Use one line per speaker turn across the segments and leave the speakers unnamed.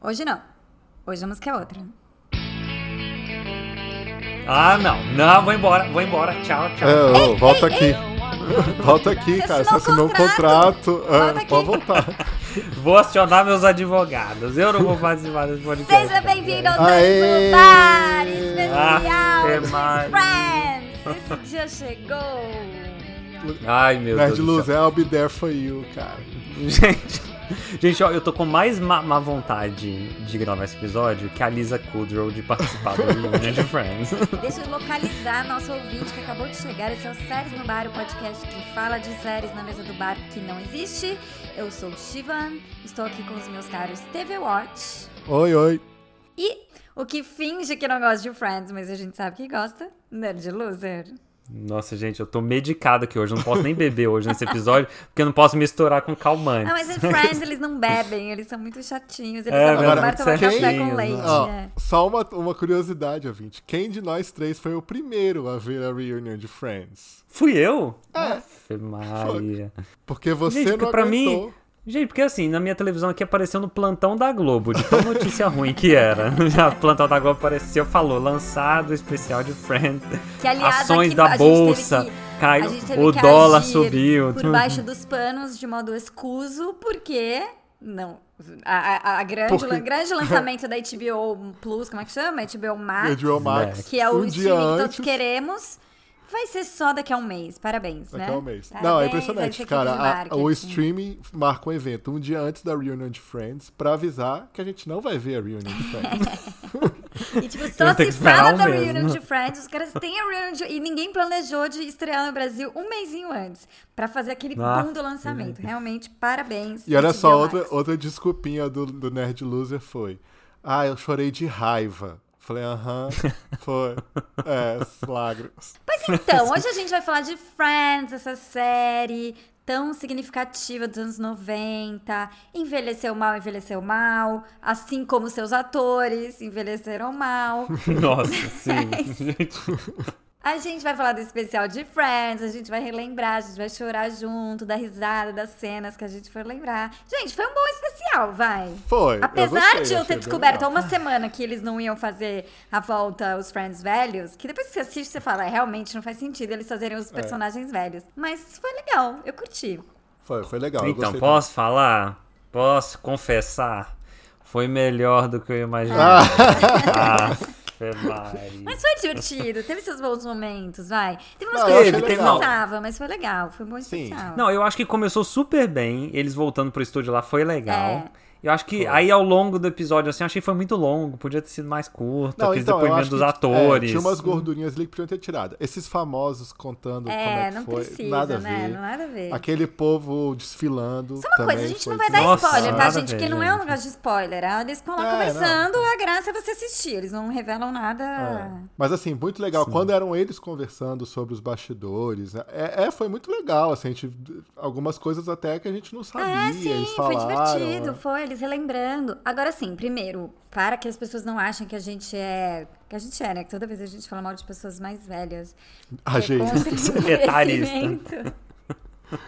Hoje não. Hoje a música é outra.
Ah, não. Não, vou embora, vou embora. Tchau, tchau.
É, ô, volta
ei,
aqui. Volta aqui,
Você
cara. Você
assinou
assinou um
contrato.
contrato. Ah,
Volta aqui.
pode voltar.
Vou acionar meus advogados. Eu não vou participar desse podcast. Ah,
Seja bem-vindo ao
Aê! Ah.
Santos Bar
Até
um Especial
mais.
Friends. Esse dia chegou.
Ai, meu Deus.
Nerd
do
Luz,
céu.
é I'll be there for you, cara.
Gente, gente, ó, eu tô com mais má, má vontade de gravar esse episódio que a Lisa Kudrow de participar do Reunion de Friends.
Deixa eu localizar nosso ouvinte que acabou de chegar. Esse é o Séries no Bar, o podcast que fala de séries na mesa do bar que não existe. Eu sou Shivan, estou aqui com os meus caros TV Watch
Oi, oi.
e o que finge que não gosta de Friends, mas a gente sabe que gosta, Nerd Loser.
Nossa, gente, eu tô medicado aqui hoje. Eu Não posso nem beber hoje nesse episódio, porque eu não posso misturar com calmante.
Ah, mas em Friends eles não bebem, eles são muito chatinhos. Eles
É,
vão no
verdade,
bar tomar
certinho,
café com
né?
leite.
Ó,
é.
só uma, uma curiosidade, ouvinte. Quem de nós três foi o primeiro a ver a reunion de Friends?
Fui eu?
É,
Ave Maria.
porque você
Gente,
não
pra
aguentou.
mim- Gente, porque assim, na minha televisão aqui apareceu no plantão da Globo, de tão notícia ruim que era. Já o plantão da Globo apareceu, falou, lançado o especial de Friends.
Que, aliás,
Ações
aqui
da
a gente teve
bolsa
que-
caiu,
A gente teve
o
que
dólar
agir
subiu.
Por baixo dos panos, de modo escuso, porque. Não. A, a- a grande,
Porque-
lan- grande lançamento da HBO Plus, como é que chama? HBO Max,
HBO Max.
que é o
um dia
streaming que todos
antes.
queremos. Vai ser só daqui a um mês. Parabéns, né?
Daqui a um mês.
Parabéns
Não,
a
é
essa
impressionante,
equipe
cara.
de
A- o
marketing.
streaming marca um evento um dia antes da reunion de Friends pra avisar que a gente não vai ver a reunion de Friends.
E tipo, só
Tem que
se
esperar
fala
um
da
mês,
reunion
né?
de Friends, os caras têm a reunion de... E ninguém planejou de estrear no Brasil um mêsinho antes, pra fazer aquele
Ah,
boom do lançamento. Realmente, parabéns.
e olha
HBO
só, outra,
Max.
outra desculpinha do, do Nerd Loser foi: Ah, eu chorei de raiva. Falei, aham, foi. É, lágrimas.
Mas então, hoje a gente vai falar de Friends, essa série tão significativa dos anos 90. Envelheceu mal, envelheceu mal. Assim como seus atores envelheceram mal.
Nossa,
É
sim.
Então,
A gente vai falar do especial de Friends, a gente vai relembrar, a gente vai chorar junto, dar risada das cenas que a gente for lembrar. Gente, foi um bom especial, vai.
Foi. eu
Apesar
gostei,
de eu
achei
ter
bem
descoberto há
legal.
uma semana que eles não iam fazer a volta aos Friends velhos, que depois que você assiste, você fala, "É, realmente não faz sentido eles fazerem
É.
os personagens velhos. Mas foi legal, eu curti.
Foi, foi legal. eu
Então,
gostei
posso falar? Posso confessar? Foi melhor do que eu imaginava.
Ah.
Ah, Maria.
Mas foi divertido, teve seus bons momentos, vai. Teve umas
Não,
coisas que
teve,
eu não
teve, não.
precisava, mas foi legal, foi um bom
Sim.
especial.
Não, eu acho que começou super bem. Eles voltando pro estúdio lá foi legal.
É.
Eu acho que aí ao longo do episódio, assim, eu achei que foi muito longo. Podia ter sido mais curto.
Não,
aqueles
então, eu
depoimentos
acho
dos
que,
atores.
é, tinha umas gordurinhas ali que podiam ter tirado. Esses famosos contando como
É,
é que
não
foi,
precisa,
nada a
né?
ver.
Não nada a ver.
Aquele povo desfilando.
Só uma
também
coisa, a gente
foi
não vai dar
Nossa,
spoiler, tá,
nada
gente?
a ver,
Porque não é um
gente.
negócio de spoiler. ah, Eles estão lá
É,
conversando, a graça é você assistir. Eles não revelam nada. Ah.
É. Mas assim, muito legal. Quando eram eles conversando sobre os bastidores, né? é, é, foi muito legal. Assim, a gente, algumas coisas até que a gente não sabia.
É, sim,
eles
foi
falaram.
divertido,
né?
foi, eles relembrando. Agora sim, primeiro, para que as pessoas não achem que a gente é. Que a gente é, né? Que toda vez a gente fala mal de pessoas mais velhas.
A Ah,
É,
gente.
gente.
Etarista.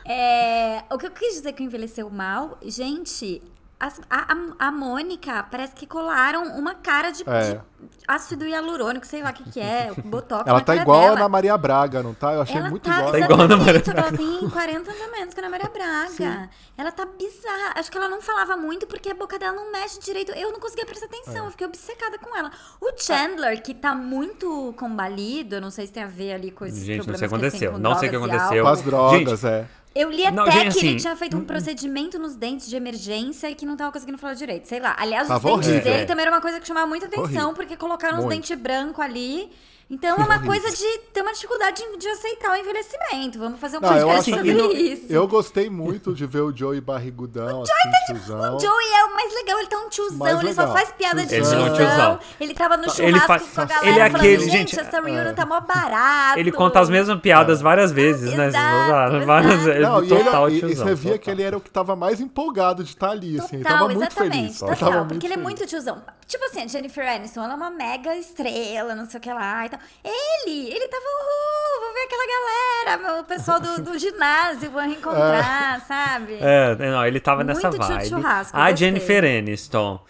É, o que eu quis dizer que envelheceu mal, gente. as- a, a, a Mônica parece que colaram uma cara de,
É.
de ácido hialurônico, sei lá o que, que é, botox.
Ela
na
tá
cara
igual a
dela.
Ana Maria Braga, não tá? Eu achei
Ela
muito
tá,
igual.
Tá igual a Ana Maria
exatamente, Ela tem 40 anos a menos que a Ana Maria Braga. Ela tá bizarra. Acho que ela não falava muito porque a boca dela não mexe direito. Eu não conseguia prestar
É.
atenção, eu fiquei obcecada com ela. O Chandler, que tá muito combalido, eu não sei se tem a ver ali com esses
Gente, não
problemas
sei o que
ele tem
aconteceu.
com
Não sei o que
drogas e
aconteceu.
Com as
álcool.
drogas, é.
Eu li até
Não, gente,
que ele
assim,
tinha feito um procedimento nos dentes de emergência e que não tava conseguindo falar direito. Sei lá. Aliás, os
Tava
dentes
horrível.
dele
É.
também era uma coisa que chamava muita atenção,
Horrível.
porque colocaram os
Muito.
dentes brancos ali. Então é uma coisa de ter uma dificuldade de, de aceitar o envelhecimento. Vamos fazer um
Não, eu
podcast
acho
sobre
que-
isso.
Eu gostei muito de ver o Joey barrigudão, o assim, tiozão.
O Joey é o mais legal, ele tá um tiozão,
Mais
ele só
legal.
faz piada de
Tiozão.
tiozão.
Ele é um
tiozão.
Ele tava no churrasco
Ele faz-
com a galera
ele é
falando,
aquele-
gente,
gente, é."
essa reunião tá mó barata.
Ele conta as mesmas piadas várias vezes, né?
Exato,
Várias- várias vezes.
Não, e, ele-
É total
e- e
tiozão,
você via
total.
que ele era o que tava mais empolgado de estar ali, assim. Ele tava muito feliz.
Total,
ele tava
porque
muito
ele é
feliz.
muito tiozão. Tipo assim, a Jennifer Aniston, ela é uma mega estrela, não sei o que lá e tal. Ele, ele tava, uhul, vou ver aquela galera, meu, o pessoal do, do ginásio, vou reencontrar, sabe?
É, não, ele tava nessa
Muito tio de
vibe.
churrasco,
a
gostei.
Jennifer Aniston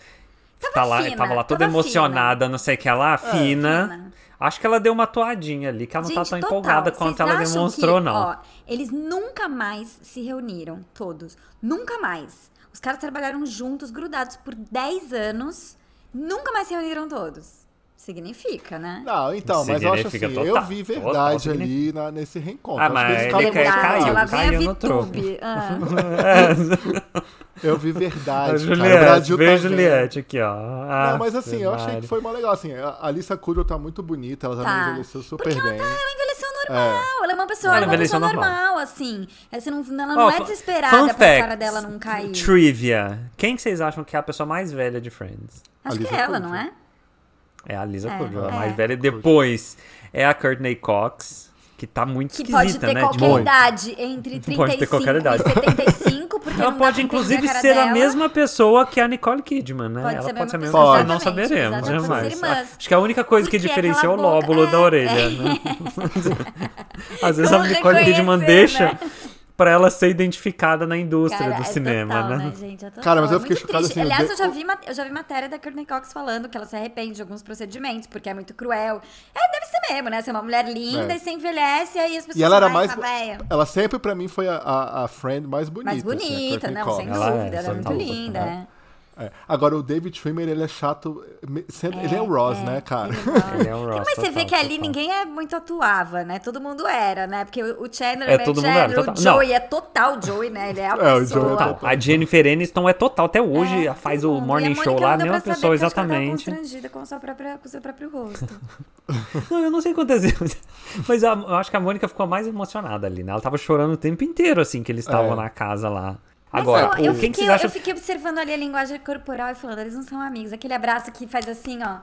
Tava
tá lá,
fina,
tava lá toda
tava
emocionada, não sei o que
É,
lá, fina.
fina.
Acho que ela deu uma toadinha ali, que ela não
Gente,
tá tão
total.
empolgada
Vocês
quanto ela
acham
demonstrou,
que,
não.
ó, eles nunca mais se reuniram, todos. Nunca mais. Os caras trabalharam juntos, grudados por 10 anos. Nunca mais se reuniram todos. Significa, né?
Não, então, mas eu acho assim,
Significa
eu
total,
vi
total
verdade
significa-
ali na- nesse reencontro.
Ah,
Acho que é
mas
eles
ele
ficaram
cai-
mostraram-
caiu,
ela vem
caiu
a
no troco.
VTube. Ah.
É.
Eu vi verdade.
a
cara. O
Juliette,
Brasil tá
veio a
vendo.
Juliette aqui, ó. Ah,
Não, mas assim, eu achei que
Maria.
foi mó legal. Assim, a Alissa Kudrow tá muito bonita, ela também
Tá.
envelheceu super
Porque ela,
bem.
tá, ela envelheceu normal. Ela é uma pessoa,
Ela
ela é uma pessoa
envelheceu
normal,
normal.
assim. Ela não, ela não
Ó,
é
fa-
desesperada
fun
pra
fact,
cara dela não cair.
Trivia. Quem que vocês acham que é a pessoa mais velha de Friends?
Acho que
Alisa
é ela,
Kudrow.
não é?
É a Lisa
É,
Kudrow, a
é.
mais velha. Depois é a Courtney Cox, que tá muito
Que pode
esquisita,
ter
né?
qualquer
Tipo,
Muito.
idade, entre 35
Pode ter qualquer idade.
e 75, porque
ela
não dá
pode,
pra entender
inclusive,
cara
ser a
dela.
mesma pessoa que a Nicole Kidman, né?
Pode
ela
ser a
pode ser
mesma
a mesma
pessoa,
pessoa, não
exatamente,
saberemos,
exatamente,
jamais.
podem ser irmãs.
Acho que a única coisa
Porque
que diferencia é
aquela
o
boca-
lóbulo
é,
da orelha, né? Às vezes
Como
a Nicole Kidman
reconhecer,
deixa
né?
pra ela ser identificada na indústria
Cara,
do
é
cinema,
total,
né?
gente? É total,
Cara, mas eu
é
fiquei
muito
chocado,
triste.
assim, eu
Aliás,
dei-
eu já, vi, ma- eu já vi matéria da Courtney Cox falando que ela se arrepende de alguns procedimentos, porque é muito cruel. É, deve ser mesmo, né? Você é uma mulher linda
É.
e você envelhece, aí as pessoas
E ela era
falam, "Ai,
mais.
essa véia".
Ela sempre, pra mim, foi a, a, a friend mais bonita.
mais
assim, a
bonita,
Courtney
não,
Cox.
sem
Ela é,
dúvida, ela é
sem
muito
dúvida,
linda,
né?
né?
É. Agora, o David Schwimmer, ele é chato. me- sendo- ele é o Ross, né, cara?
Ele é um Ross,
Mas você vê
total,
que ali
total.
ninguém é muito atuava, né? Todo mundo era, né? Porque o o Chandler
É,
é,
todo mundo
Chandler,
era,
o
total.
Joey é total Joey, né? Ele é a
É, o Joey é
pessoa.
total.
A Jennifer Aniston é total, até hoje
É,
ela faz
todo
o
mundo. E
morning
a
show
Mônica
lá, a
não dá
mesma
pra saber,
pessoa,
porque acho que ela tava
exatamente.
constrangida com, a sua própria, com o seu próprio rosto.
Não, eu não sei quantas vezes. Mas a- eu acho que a Mônica ficou mais emocionada ali, né? Ela tava chorando o tempo inteiro, assim, que eles estavam
É.
na casa lá.
Mas
Agora,
eu, eu
pô, quem que
fiquei,
vocês acham?
eu fiquei observando ali a linguagem corporal e falando, eles não são amigos. Aquele abraço que faz assim, ó.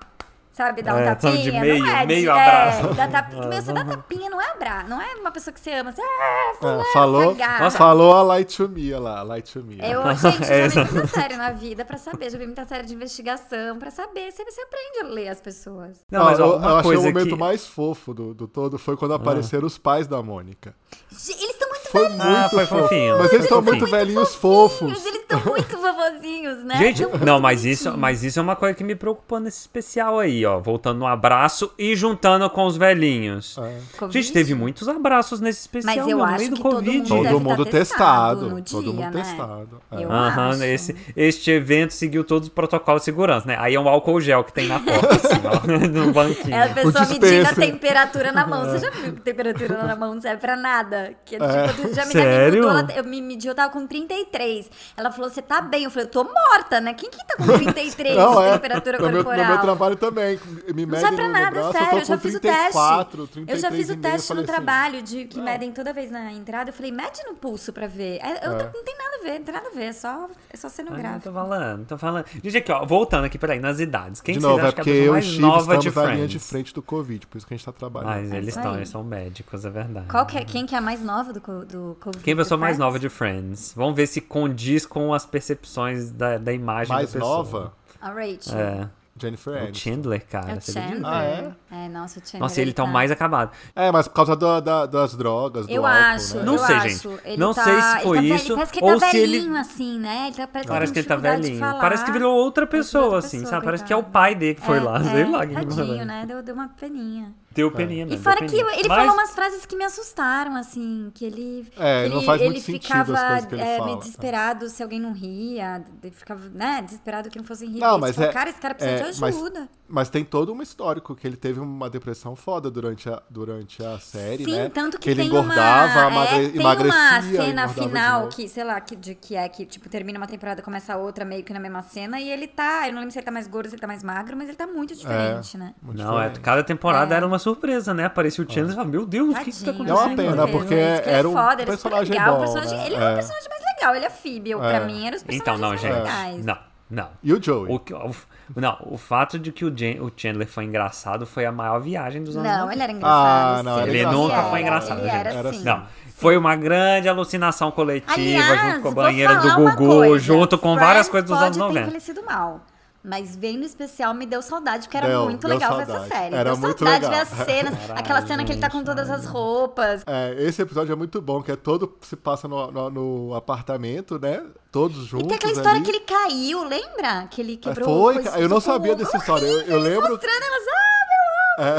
Sabe, dá um
É,
tapinha.
sabe, de meio-
não é de-
meio
é,
abraço. Ah,
dá tapinha. Meu, você dá tapinha, não é abraço. Não é uma pessoa que você ama. Você, ah, fulano,
É, falou,
agarra.
falou a Light to Me, olha lá, a Light to Me. né?
Eu, gente,
É,
já vi
exato.
muita série na vida pra saber. Já vi muita série de investigação pra saber. Você, você aprende a ler as pessoas.
Não, mas
Ah, eu,
ó, uma
eu achei o
coisa
momento
que... Ah.
mais fofo do, do todo foi quando apareceram os pais da Mônica.
Ge- Eles estão muito
Foi muito
Ah, foi
fofo.
fofinho,
Mas eles
foi
estão
fofinho.
muito velhinhos
fofinhos,
fofos.
eles estão muito vovozinhos, né?
Gente,
Tão muito
não, mas isso,
bonitinhos.
mas isso é uma coisa que me preocupou nesse especial aí, ó. Voltando no abraço e juntando com os velhinhos.
É.
Gente, teve muitos abraços nesse especial,
Mas eu
meu, no
acho
meio do
que todo
Covid.
mundo deve
Todo mundo
tá testado
testado.
no
Todo
dia,
mundo
né?
testado. É.
Eu
Aham,
acho.
esse, este evento seguiu todos os protocolos de segurança, né? Aí é um álcool gel que tem na porta, assim, ó, no banquinho.
É a pessoa medindo a
dispenser.
temperatura na mão. Você já viu que temperatura na mão não serve pra nada? Que, tipo,
É.
outro dia a menina
Sério?
me mudou, ela, eu me medi, eu tava com 33. Ela falou, você tá bem? Eu falei, eu tô morta, né? Quem que tá com 33
Não,
de
é.
temperatura
No meu, no
corporal?
meu trabalho também. Me
Não
medem
serve pra
no
nada,
braço,
sério.
eu
Eu,
tô
já
com
fiz
34,
o teste. Eu já fiz o
33,5,
teste no
falei assim,
trabalho de que
"Não."
medem toda vez na entrada. Eu falei, mede no pulso pra ver. É, eu
É. então.
tô- não tem nada a ver, não tem nada a ver. É só, é só sendo
Ah, não
grave.
tô falando, tô falando. Gente, aqui, ó, voltando aqui, peraí, nas idades. Quem
De
vocês
novo, é
acham que
porque
é a pessoa
eu e o
mais
Chico
nova de
estamos na linha
Friends?
de frente do Covid, por isso que a gente tá trabalhando.
Mas eles
É isso
estão,
aí.
eles são médicos, é verdade.
Qual que é, quem que é a mais nova do, co- do Covid?
Quem é a pessoa
do
mais
Friends?
nova de Friends? Vamos ver se condiz com as percepções da, da imagem
Mais
da pessoa.
nova,
A Rachel.
É.
Jennifer
O
Aniston.
Chandler,
É
cara.
o
você acredita?
Chandler.
Ah, é?
nossa, o Chandler.
Nossa, ele tá o mais acabado.
É, mas por causa da- da- das drogas, do
Eu
álcool,
acho,
né?
Não
eu
sei,
acho.
gente.
Ele
Não
tá-
sei se
ele tá
foi
velho-
isso,
Parece que
ou
ele tá
se ele-
velhinho, assim, né? Ele tá, parece que,
Parece que ele tá
dificuldade de
velhinho.
falar.
Parece que virou outra
virou
pessoa,
outra
assim,
pessoa,
sabe? Parece
coitado.
que é o pai dele
um
que foi
É,
lá.
é,
sei lá. que
Tadinho, né? Deu, deu uma peninha.
Deu peninha, né?
E
Deu
fora que
peninha.
ele
Mas-
falou umas frases que me assustaram, assim, que ele.
É,
que
não faz muito
ele
sentido
ficava
as coisas que ele
é,
fala. tá?
meio desesperado se alguém não ria. Ele ficava, né, desesperado que não fosse rir.
Não,
Ele
mas
falou,
é-
cara, esse cara precisa
é,
de
mas-
ajuda.
Mas tem todo um histórico que ele teve uma depressão foda durante a, durante a série,
Sim,
né?
tanto que,
ele
tem
engordava,
uma,
amagre-
é, tem
emagrecia.
uma cena
engordava de
final
novo.
que, sei lá, que, de, que é que, tipo, termina uma temporada, começa outra, meio que na mesma cena, e ele tá, eu não lembro se ele tá mais gordo, se ele tá mais magro, mas ele tá muito diferente, né?
Muito
Não, é,
diferente.
cada temporada era uma surpresa, né? Aparecia o Chandler e falava, meu Deus, o que que tá
Tadinho,
acontecendo?
É uma
né?
pena,
Ele-
porque
isso que ele é
era um
foda, ele é super
personagem
legal, o
bom,
personagem-
né?
Ele era o
É.
personagem mais legal, ele é Phoebe, eu- pra
É.
mim, era os personagens
Então, não,
mais
gente.
legais.
Não, não.
E o Joey?
O, que- o f- não, o fato de que o, Jan- o Chandler foi engraçado foi a maior viagem dos anos
Não,
90.
ele era engraçado.
Ah, não,
sim.
era Ele engraçado. nunca foi
era,
engraçado,
Ele
gente.
era, assim.
Era assim.
sim.
sim.
Não, foi uma grande alucinação coletiva
Aliás,
junto com a
vou
banheira do
falar uma
Gugu,
coisa.
junto com várias
Friends
coisas dos
pode
anos
ter
90.
envelhecido mal. Mas vendo o especial me deu saudade, porque era
Deu,
muito
deu
legal ver
saudade.
essa série.
Era
deu
muito
saudade
legal.
ver as cenas,
Caralho,
aquela cena que ele tá com
gente,
todas as
olha.
roupas.
É, esse episódio é muito bom, que é todo se passa no, no- no apartamento, né? Todos
E
juntos.
tem aquela história
ali.
que ele caiu, lembra? Que ele
É,
quebrou
Foi,
coisa-
eu não
tipo,
sabia dessa história. Eu, eu lembro
tá Mostrando elas, ah, meu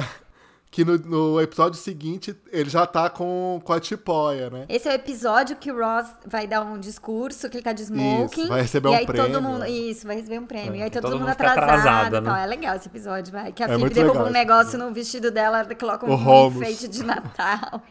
que no, no episódio seguinte ele já tá com, com a tipóia, né?
Esse é o episódio que o Ross vai dar um discurso, que ele tá de smoking.
Isso, vai receber
e
um
aí Todo
prêmio.
mundo, isso, vai receber um prêmio. e aí todo,
É, todo
mundo
mundo fica
atrasado.
atrasado,
e tal.
né?
É legal esse episódio, vai. Que a
É
Phoebe
muito
derruba
legal
um
esse
negócio no vestido dela, coloca um
O Romulus.
enfeite de Natal.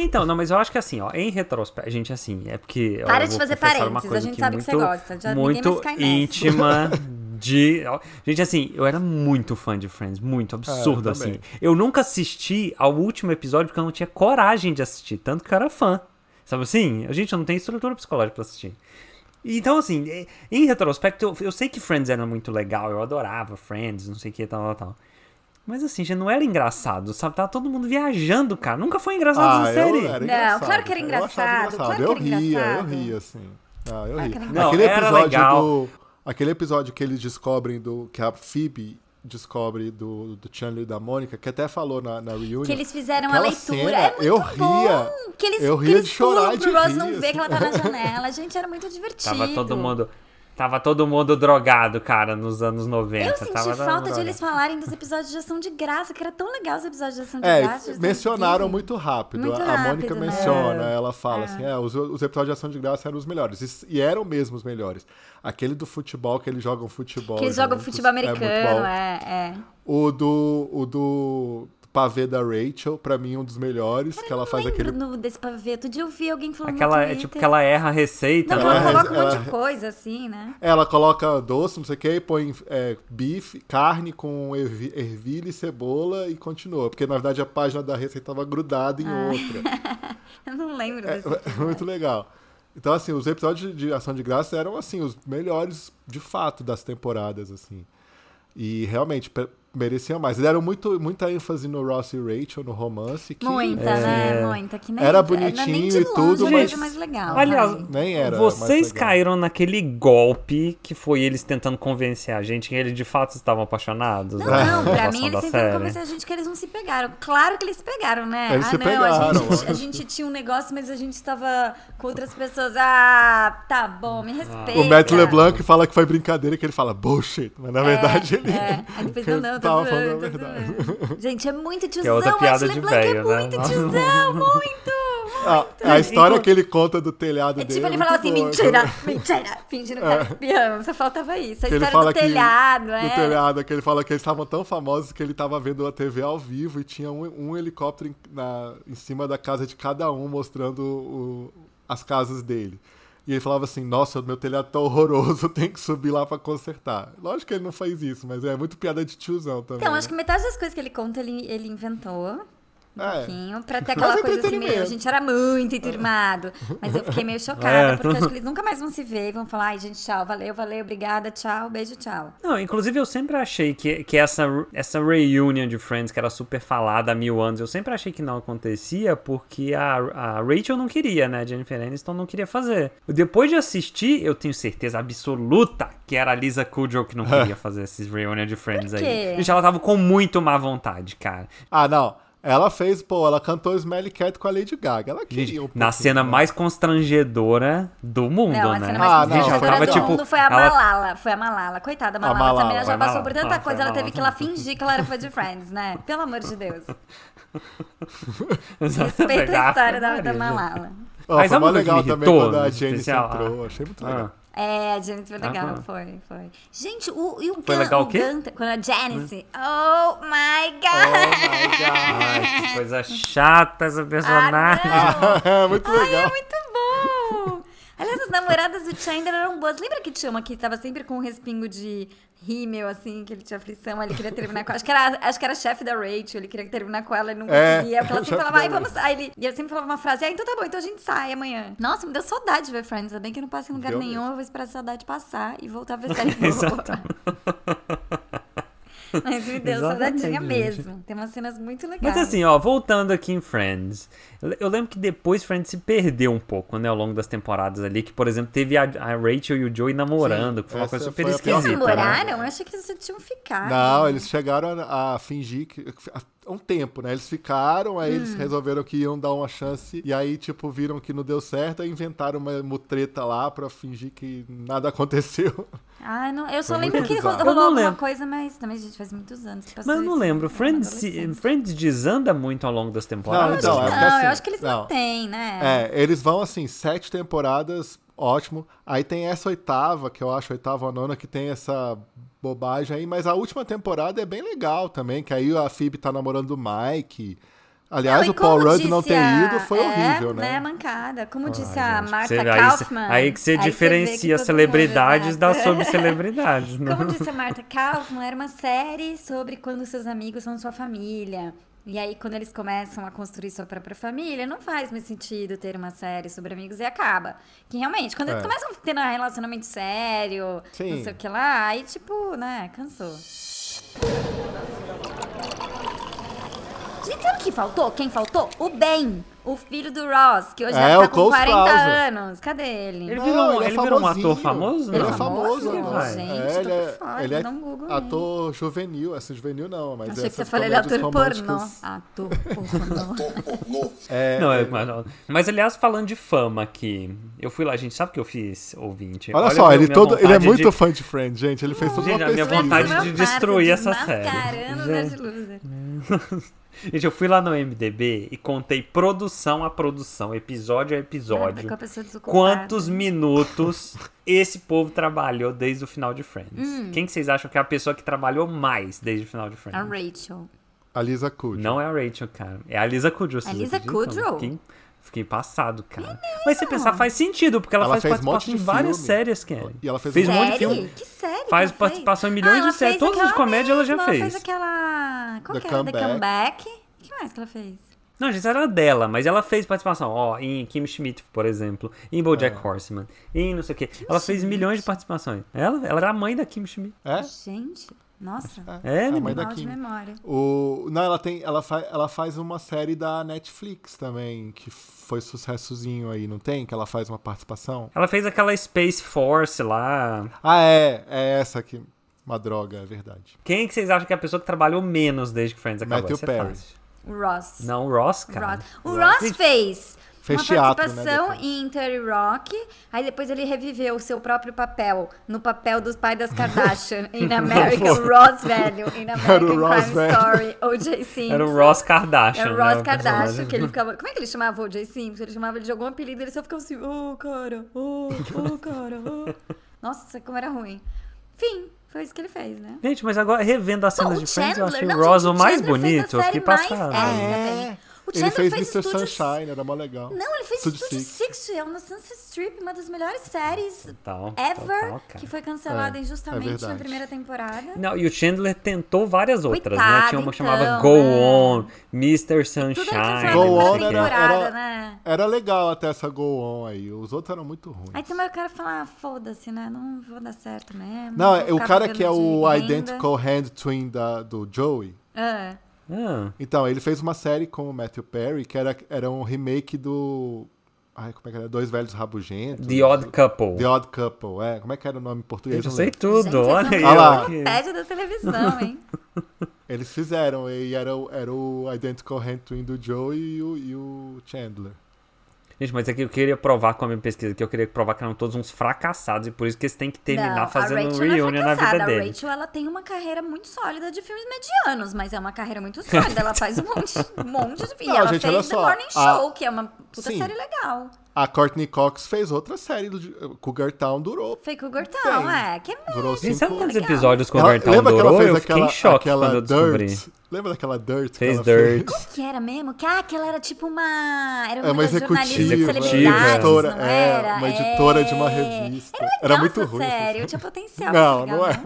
Então, não, mas eu acho que assim, ó, em retrospecto, gente, assim, é porque. ó,
Para
eu
de
vou
fazer
confessar uma
parênteses,
coisa
a gente
aqui
sabe que você gosta, já ninguém
muito
mais cai nessa.
íntima de. ó, gente, assim, eu era muito fã de Friends, muito absurdo,
É, eu também.
assim. Eu nunca assisti ao último episódio porque eu não tinha coragem de assistir, tanto que eu era fã. Sabe assim? A gente eu não tem estrutura psicológica pra assistir. Então, assim, eh, em retrospecto, eu, eu sei que Friends era muito legal, eu adorava Friends, não sei o que, tal, tal, tal. Mas assim, já não era engraçado, sabe? Tava todo mundo viajando, cara. Nunca foi engraçado
Ah,
essa
eu
série.
era
Não,
engraçado,
claro que era
cara. Eu achava
engraçado, claro que
Eu
era
ria, eu
engraçado.
ria, assim. Ah,
Claro que
eu ria.
era
engraçado.
Aquele
Não, era
episódio
legal.
do. Aquele episódio que eles descobrem do. Que a Phoebe descobre do, do Chandler e da Mônica, que até falou na, na reunião.
Que eles fizeram
Aquela
a leitura.
cena,
é muito
eu
bom.
ria.
Que eles,
Eu
que
ria
eles
de chorar
pulam
e de
pro Ross
rir,
não ver
assim.
que ela tá na janela. Gente, era muito divertido.
Tava todo mundo. Tava todo mundo drogado, cara, nos anos 90.
Eu senti
Tava todo mundo
falta de
drogado.
eles falarem dos episódios de ação de graça, que era tão legal os episódios de ação de graça.
É,
eles
mencionaram
incríveis.
muito rápido.
Muito
a a
rápido,
Mônica
né?
menciona, ela fala assim: é, os, os episódios de ação de graça eram os melhores. E, e eram mesmo os melhores. Aquele do futebol, que eles jogam futebol.
Que eles jogam
jogam
futebol americano,
É muito bom.
é, é.
O do. O do pavê da Rachel, pra mim, um dos melhores, que ela faz
Lembro
aquele.
no, desse pavê. Outro dia eu vi alguém falando
Aquela,
no
é
Twitter.
tipo que ela erra a receita,
Não, que
né?
ela
ela-
coloca um monte
ela-
de coisa, assim, né?
Ela coloca doce, não sei o que, põe é, bife, carne com ervi- ervilha e cebola e continua. Porque, na verdade, a página da receita tava grudada em
Ah,
outra.
Eu não lembro
É,
desse
é muito legal. Então, assim, os episódios de Ação de Graça eram, assim, os melhores, de fato, das temporadas, assim. E, realmente, pe- mereciam mais. Eles deram muito, muita ênfase no Ross e Rachel, no romance, que
Muita,
É.
né? Muita. Que nem,
Era
não é nem
bonitinho
de
e
longe
tudo,
a
mas-
coisa mais legal.
Aliás,
né?
nem era mais
vocês
legal.
caíram naquele golpe que foi eles tentando convencer a gente que eles de fato estavam apaixonados.
Ah,
né,
Não,
na
pra
relação
mim
da
eles tentaram
série.
convencer a gente que eles não se pegaram. Claro que eles pegaram, né?
Eles
ah,
se
não, a,
pegaram.
gente, a gente tinha um negócio, mas a gente tava com outras pessoas. Ah, tá bom, me respeita.
O Matt LeBlanc fala que foi brincadeira, que ele fala bullshit, mas na verdade ele.
É, aí depois não, não, eu tô
tava
zoando,
falando
eu
a
tô
verdade.
zoando. Gente, é muito tiozão,
é outra piada
Matt
de
LeBlanc é
velho, né?
muito
Nossa.
tiozão, muito!
Ah, a história que ele conta do telhado
É
dele.
tipo, ele
é
falava assim,
muito boa.
mentira, mentira, fingindo que tava espiando, só faltava isso. A
Que ele
história do
fala que-
telhado,
Do
é.
telhado, que ele fala que eles estavam tão famosos que ele tava vendo a TV ao vivo e tinha um, um helicóptero em, na- em cima da casa de cada um mostrando o- as casas dele. E ele falava assim, nossa, meu telhado tá horroroso, eu tenho que subir lá pra consertar. Lógico que ele não faz isso, mas é muito piada de tiozão também.
Então, acho
né?
que metade das coisas que ele conta, ele, ele inventou. Um
É.
pouquinho, pra ter
Mas
aquela coisa assim,
entretenimento.
meio, a gente era muito enturmado. Mas eu fiquei meio chocada,
É.
porque eu acho que eles nunca mais vão se ver e vão falar, ai, gente, tchau, valeu, valeu, obrigada, tchau, beijo, tchau.
Não, inclusive eu sempre achei que, que essa, essa reunion de Friends, que era super falada há mil anos, eu sempre achei que não acontecia porque a, a Rachel não queria, né? A Jennifer Aniston não queria fazer. Depois de assistir, eu tenho certeza absoluta que era a Lisa Kudrow que não queria fazer esses reunion de Friends
Por quê?
aí. Gente, ela tava com muito má vontade, cara.
Ah, não. Ela fez, pô, ela cantou Smelly Cat com a Lady Gaga. Ela queria
Gente,
um
na
pouquinho,
cena
né?
mais constrangedora do mundo,
Não, a
né?
cena
mais Ah,
mais
não, foi
constrangedora do
legal.
mundo foi a
ela-
Malala. Foi a Malala. Coitada, a Malala. Essa
Malala,
menina já
a
passou
Malala,
por tanta
tá,
coisa,
foi a
ela teve
Malala.
que lá fingir que ela era fã de Friends, né? Pelo amor de Deus.
Tá Exatamente. Ah,
Respeita a história da, da Malala.
Ó,
Mas
foi
sabe
mó
uma coisa que
legal
me
também
irritou
quando a
no
Jenny
especial?
entrou.
Ah.
Achei muito
Ah.
legal.
É, a Janice foi legal,
Ah.
foi, foi. Gente, o, e o,
Foi
Gun-
legal
o
o quê? Hum.
Gunther, quando a Janice, oh my
Oh
god!
my God, que coisa chata essa
Ah,
personagem.
não!
é muito
Ai, é
legal.
muito bom! Aliás, as namoradas do Chandler eram boas. Lembra que tinha uma que tava sempre com um respingo de rímel, assim, que ele tinha aflição, ele queria terminar com ela. Acho que era, acho que era chefe da Rachel, ele queria terminar com ela e não
É,
conseguia. Porque ela sempre
chefe
falava,
da
ai, vamos. Aí ele, e ele sempre falava uma frase, ah, então tá bom, então a gente sai amanhã. Nossa, me deu saudade de ver Friends. Ainda bem que eu não passa em lugar
Deu
nenhum,
mesmo.
eu vou esperar a saudade passar e voltar a ver série boa.
Exatamente.
Mas me deu
Exatamente,
saudadinha
gente.
mesmo. Tem umas cenas muito legais.
Mas assim, ó, voltando aqui em Friends. Eu lembro que depois Friends se perdeu um pouco, né, ao longo das temporadas ali. Que, por exemplo, teve a, a Rachel e o Joey namorando,
Sim,
que foi uma
essa
coisa super
foi a pior
Eles
esquisita. né?
namoraram? Eu achei que eles já tinham ficado.
Não, eles chegaram a, a fingir que. Há um tempo, né? Eles ficaram, aí eles resolveram que iam dar uma chance. E aí, tipo, viram que não deu certo aí inventaram uma mutreta lá pra fingir que nada aconteceu.
Ah, não, eu só
Foi
lembro
muito
que ro-
bizarro.
Eu não
rolou alguma
lembro.
coisa, mas também, gente, faz muitos anos que passou
Mas eu não
isso,
lembro.
né?
Friends, se-
Adolescente.
Friends desanda muito ao longo das
Eu
temporadas. Tipo,
acho
Então,
que
é porque
não,
assim,
eu acho que eles
não.
mantêm, né?
É, eles vão assim, sete temporadas, ótimo. Aí tem essa oitava, que eu acho a oitava ou a nona, que tem essa bobagem aí, mas a última temporada é bem legal também, que aí a Phoebe tá namorando o Mike. Aliás,
Não, e
o Paul
como
Rudd
disse
não ter
a-
ido foi
é,
horrível, né?
mancada. Como disse
Ai,
a
gente,
Marta
você- aí cê-
Ah, Kaufman.
Aí que você
vê
diferencia
todo é
celebridades
mundo,
das
exato.
subcelebridades. né?
Como disse a Marta Kaufman, era uma série sobre quando seus amigos são sua família. E aí, quando eles começam a construir sua própria família, não faz mais sentido ter uma série sobre amigos e acaba. Que realmente, quando
É.
eles começam a ter um relacionamento sério, não
Sim.
sei o que lá, aí tipo, né, cansou. Gente, sabe o que faltou? Quem faltou? O Ben, o filho do Ross, que hoje
É,
já
o
tá com
Cole
40
Sprouse.
anos. Cadê ele?
Ele
Não,
virou,
é
ele virou um
famosinho.
ator famoso? né?
Ele
não?
é famoso,
Famoso,
agora.
gente,
É,
tô
ele é,
por fora,
ele é
dá um Google aí.
ator juvenil, assim, juvenil não, mas
Achei que você
essas
falou ele é ator
comédias
pornô.
românticas-
Ator pornô.
É,
Não, é,
ele-
mas, mas, aliás, falando de fama aqui, eu fui lá, gente, sabe o que eu fiz, ouvinte?
Olha, só,
meu-
ele,
minha
todo, ele é
vontade
muito
de-
fã de Friends, gente. Ele fez toda
Gente,
uma
a minha
pesquisa.
vontade
Mas
de
eu
destruir
faço,
essa série.
desmascarando o
Gente.
Nerd Loser.
Gente, eu fui lá no MDB e contei produção a produção, episódio a
Nada
episódio,
tá com a pessoa desocupada.
quantos minutos esse povo trabalhou desde o final de Friends. Quem que vocês acham que é a pessoa que trabalhou mais desde o final de
Hum. A
Friends?
Rachel.
A Lisa Kud.
Não é a Rachel, cara. É a Lisa Kudrow. vocês
A Lisa
acreditam?
Kudrow?
Fiquei, fiquei passado, cara. Mas se pensar, faz sentido, porque ela,
Ela
faz
fez um
participação
monte
de
de
várias
filme.
séries, Kelly.
E ela fez
fez
um
um
série?
monte de filme.
Que série? que
Faz
ela
participação em
fez?
milhões
Ah,
de
ela
séries.
fez
Todas as
aquela
comédias ela já
mesma,
fez.
Ela fez aquela... Qual
The
que era? The Comeback. O que mais que ela fez?
Não, gente, era dela, mas ela fez participação, ó, em Kim Schmidt, por exemplo, em BoJack
É.
Horseman, em não sei o quê. ela fez milhões de participações. Ela, ela era a mãe da Kim Schmidt.
É?
Gente, nossa.
É,
a
menina.
mãe da
Mal de
Kim.
memória.
O... Não, ela tem. Ela, fa... ela faz uma série da Netflix também, que foi sucessozinho aí, não tem? Que ela faz uma participação?
Ela fez aquela Space Force lá.
Ah, é. É essa aqui. Uma droga, é verdade.
Quem que vocês acham que é a pessoa que trabalhou menos desde que Friends acabou?
Matthew
Essa é
Perry.
fácil.
O Ross.
Não, o Ross,
O
cara.
Ross. O Ross
Gente,
fez
Fez
uma
teatro, né,
participação
depois.
em Terry Rock, aí depois ele reviveu o seu próprio papel no papel dos pais das Kardashian em American o Ross velho, em
Era o
American
Ross
Crime
velho.
Story, O.J. Simpson.
Era o Ross Kardashian.
Era o
né,
Ross
o
Kardashian,
personagem.
que ele ficava. Como é que ele chamava o O.J. Simpson? Ele chamava ele de algum apelido, ele só ficava assim, ô cara, ô, ô cara, ô. Nossa, como era ruim. Fim, foi isso que ele fez, né?
Gente, mas agora, revendo as
Pô,
cenas de Friends, eu achei
não,
o Ross
gente,
o mais
Chandler fez a
bonito. Eu fiquei
série mais-
passado.
É,
é.
ainda bem. O
Ele
Chandler
fez, Mr.
Studio
Sunshine, era mó legal.
Não, ele fez
Studio
Studio Six,
Six.
é uma Sunset Strip, uma das melhores séries
Total,
ever,
total, cara.
que foi cancelada
É, é
injustamente
verdade.
na primeira temporada.
Não, e o Chandler tentou várias outras, né?
Coitado,
Tinha uma que
então,
chamava Go
né?
On, Mr.
Tudo
Sunshine.
era
Go
cancelado na
não sei
On
o quê.
primeira
era-
temporada,
era-
né?
Era legal até essa Go On aí. Os outros eram muito ruins.
Aí tem uma cara que fala, ah, foda-se, né? Não vou dar certo mesmo.
Não,
vou
é o
ficar
cara
vivendo
que é
de
o
renda."
Identical Hand Twin da, do Joey.
Ah,
Ah,
Então, ele fez uma série com o Matthew Perry, que era, era um remake do. Ai, como é que era? Dois Velhos Rabugentos.
The Odd Couple.
The Odd Couple, é. Como é que era o nome em
Gente,
português?
eu
Não
sei
lembro.
tudo,
gente,
olha
essa
aí.
é uma
ó,
Olha lá.
que-
enciclopédia da televisão, hein?
Eles fizeram, e era, o- era o Identical Hand Twin do Joe e o, e o Chandler.
Gente, mas é que eu queria provar com a minha pesquisa, que eu queria provar que eram todos uns fracassados e por isso que eles têm que terminar
Não, a
fazendo um
Rachel não é
reunion na vida
fracassada. A
deles.
Rachel, ela tem uma carreira muito sólida de filmes medianos, mas é uma carreira muito sólida. Ela faz um monte, um monte de filme.
Não,
ela
gente,
fez
olha
The
só,
Morning
a-
Show, que é uma puta
Sim.
série legal.
A Courtney Cox fez outra série, do Cougar Town durou.
Foi com o Gortão,
Tem.
é. Que é
Durou
Gente,
cinco
sabe quantos
legal.
episódios com o
Ela-
Bertão durou? Eu fiquei em choque
aquela
quando eu
Dirt?
descobri.
Lembra daquela Dirt? que
Fez
ela
Dirt.
fez?
que era mesmo? Que, ah, que ela era tipo uma. Era
É uma
das jornalistas de
executiva,
celebridades,
uma
editora,
não
é,
era?
uma editora de uma
É.
revista.
Era, legal
Era muito
essa
ruim essa
Sério,
série.
tinha potencial.
Não,
pra ser
não
legal,
é.
né?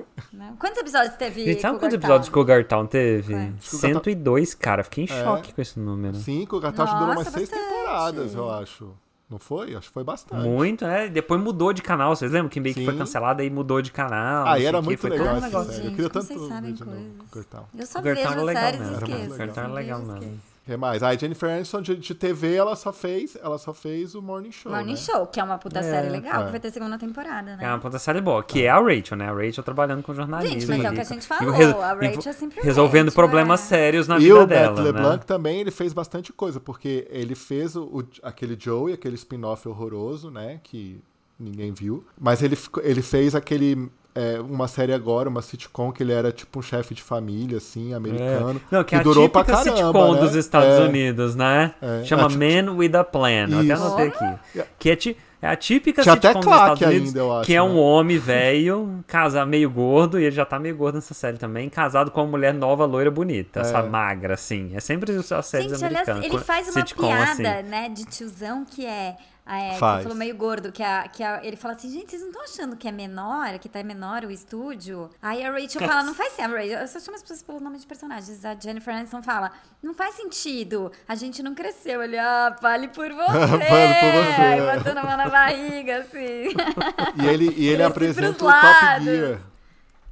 Não. Quantos episódios teve?
Gente, sabe
Cougar
quantos
Town?
episódios que o Gartown teve?
Foi.
É.
102, cara. Fiquei em choque com esse número.
Cinco, o Gatacho durou umas
Nossa,
seis
bastante.
temporadas, eu acho. Não foi? Acho que foi bastante.
Muito, né? E Depois mudou de canal, vocês lembram? Que meio que foi
Sim.
cancelada e mudou de canal. não
Ah, e
sei
era
o quê,
muito
foi todo
legal
um
esse
essa
negócio.
negócio.
série. Eu
Gente,
queria
como vocês
tanto
sabem
vídeo novo
coisas.
com o Curtal.
Eu só
O Gertão
vejo
era
as
legal
séries assim,
mesmo.
e
Era
esqueço.
muito legal.
O Gertão era
vejo e
legal
esqueço.
mesmo.
O que mais? Ah, a Jennifer Aniston de, de TV, ela só fez, ela só fez o Morning Show,
Morning
né?
Show, que é uma puta
É,
série legal,
é.
que vai ter segunda temporada, né?
É uma puta série boa, que é a Rachel, né? A Rachel trabalhando com jornalismo.
Gente, mas é o
ali,
que a gente
com-
falou,
e o
a Rachel
e vo-
é sempre
Resolvendo
Rachel,
problemas
é.
sérios na
e
vida
o
dela,
Matt
né?
LeBlanc também, ele fez bastante coisa, porque ele fez o, o- aquele Joey, aquele spin-off horroroso, né, que ninguém viu, mas ele, ficou- ele fez aquele, é, uma série agora, uma sitcom, que ele era tipo um chefe de família, assim, americano,
É. Não, que, é a
durou pra
típica
caramba,
sitcom
né?
dos Estados
É.
Unidos, né?
É.
Chama
A ti-
Man with a Plan. Eu até
Isso.
anotei aqui. Que é, ti- é a típica
Tinha até
sitcom dos
claque
Estados Unidos,
ainda, eu acho,
que é um
né?
homem velho, casa meio gordo, e ele já tá meio gordo nessa série também, casado com uma mulher nova, loira, bonita,
É.
essa magra, assim. É sempre as séries
Gente, aliás,
americanas.
ele
com-
faz uma
sitcom,
piada,
assim.
né, de tiozão que é. ah, é, que
Faz.
você falou meio gordo, que, a, que a- ele fala assim, gente, vocês não estão achando que é menor, que tá menor o estúdio? Aí a Rachel fala, não faz sentido, a Rachel, eu só chamo as pessoas pelo nome de personagens, a Jennifer Aniston fala, não faz sentido, a gente não cresceu, ele, ah, fale por você!
você.
Aí botando a mão na barriga, assim.
E ele, e ele
Cresci
apresenta o
pros
Top
lados.
Gear.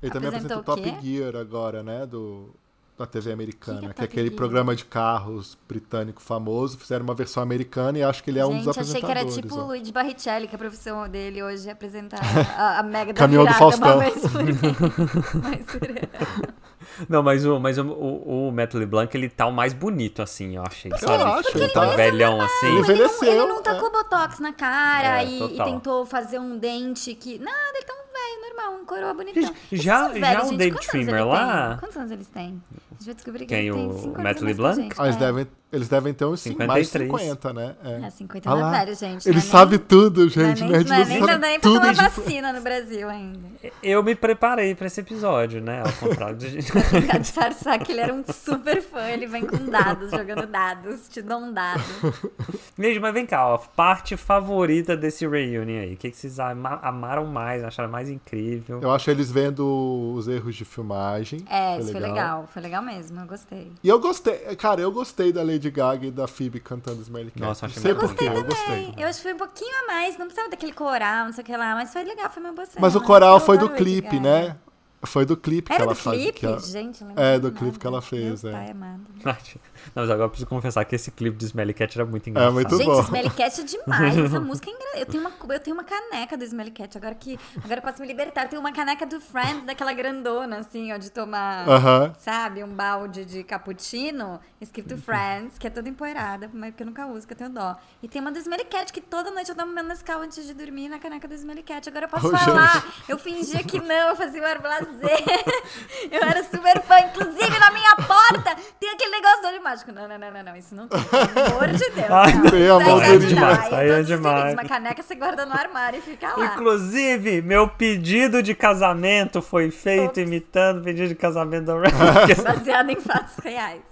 Ele também apresenta
Apresentou
o Top
o quê?
Gear agora, né? Do, da TV americana.
Que
Que,
que é
é
Top
aquele
Gear?
programa de carros britânico famoso. Fizeram uma versão americana e acho que ele é um dos
gente, achei que
apresentadores.
era tipo o
ó.
Luigi Barrichelli, que a profissão dele hoje é apresentar a, a mega da
Caminhão do
virada
Faustão.
uma vez por mês. Mas seria-
Não, mas o, mas o, o, o Matt LeBlanc, ele tá o mais bonito, assim, eu achei.
Eu
sabe?
acho,
Tipo,
ele tá-
velhão, assim.
Ele
Ele é não,
Envelheceu,
ele não tá tacou
é.
botox na cara
É,
e, e
total.
tentou fazer um dente que. Nada, ele tá um velho, normal, um coroa bonitão.
Gente,
Eles
já-
são velhos,
já o
gente,
David
quantos anos
Trimmer
ele
lá-
tem? Quantos anos eles têm? A gente vai descobrir que
Quem,
eles têm
o
5
Matt
anos.
LeBlanc?
Mais que
Ah,
a
eles,
gente.
devem, eles devem ter uns 50, mais de
53.
50, né?
É,
É.
é 50
Ah
anos
lá.
é velho, gente.
Ele
não é
sabe
nem,
tudo, gente.
não é
Nerd
nem,
News
não é
sabe
nem pra
tudo
tomar
de-
vacina no Brasil ainda.
Eu me preparei pra esse episódio, né? Ao contrário de...
Pra disfarçar que ele era um super fã, ele vem com dados, jogando dados, te dão um dado.
Gente, mas vem cá, ó. Parte favorita desse reunion aí. O que, que vocês ama- amaram mais, acharam mais incrível?
Eu acho eles vendo os erros de filmagem. tá
É, isso foi legal, foi legal mesmo, eu gostei.
E eu gostei, cara, eu gostei da Lady Gaga e da Phoebe cantando Smelly Cat.
Nossa,
Não
achei
sei
muito
por quê,
bom.
eu gostei. né?
Eu acho que foi um pouquinho a mais, não precisava daquele coral, não sei o que lá, mas foi legal, foi meu bacana.
Mas o coral foi do clipe, né? Foi do clipe que
Era
ela
do
faz-
clipe?
que ela-
Gente, eu não
É,
lembro
do
de
clipe que ela
nada.
fez,
Meu
é.
pai amado.
Não, mas agora eu preciso confessar que esse clipe de Smelly Cat era muito engraçado.
É muito
Gente,
bom.
Smelly Cat é demais. Essa música é engraçada. Eu, tenho uma- eu tenho uma caneca do Smelly Cat, agora que. Agora eu posso me libertar. Eu tenho uma caneca do Friends, daquela grandona, assim, ó, de tomar.
Aham.
Sabe, um balde de cappuccino escrito Friends, que é toda empoeirada, mas que eu nunca uso, que eu tenho dó. E tem uma do Smelly Cat, que toda noite eu tomo meu Nescau antes de dormir na caneca do Smelly Cat. Agora eu posso
Oh,
falar. Eu fingia que não, eu fazia o ar blazer. eu era super fã. Inclusive, na minha porta tem aquele negócio do olho mágico. Não, não, não, não, não. Isso não tem. Pelo amor de Deus.
Ai,
não. Isso aí
pelo
Então,
amor
já
de
não dá.
Deus.
Aí
Aí é
todos os
demais.
feliz, Uma caneca você guarda no armário e fica lá.
Inclusive, meu pedido de casamento foi feito imitando o pedido de casamento da Rachel.
Baseado em fatos reais.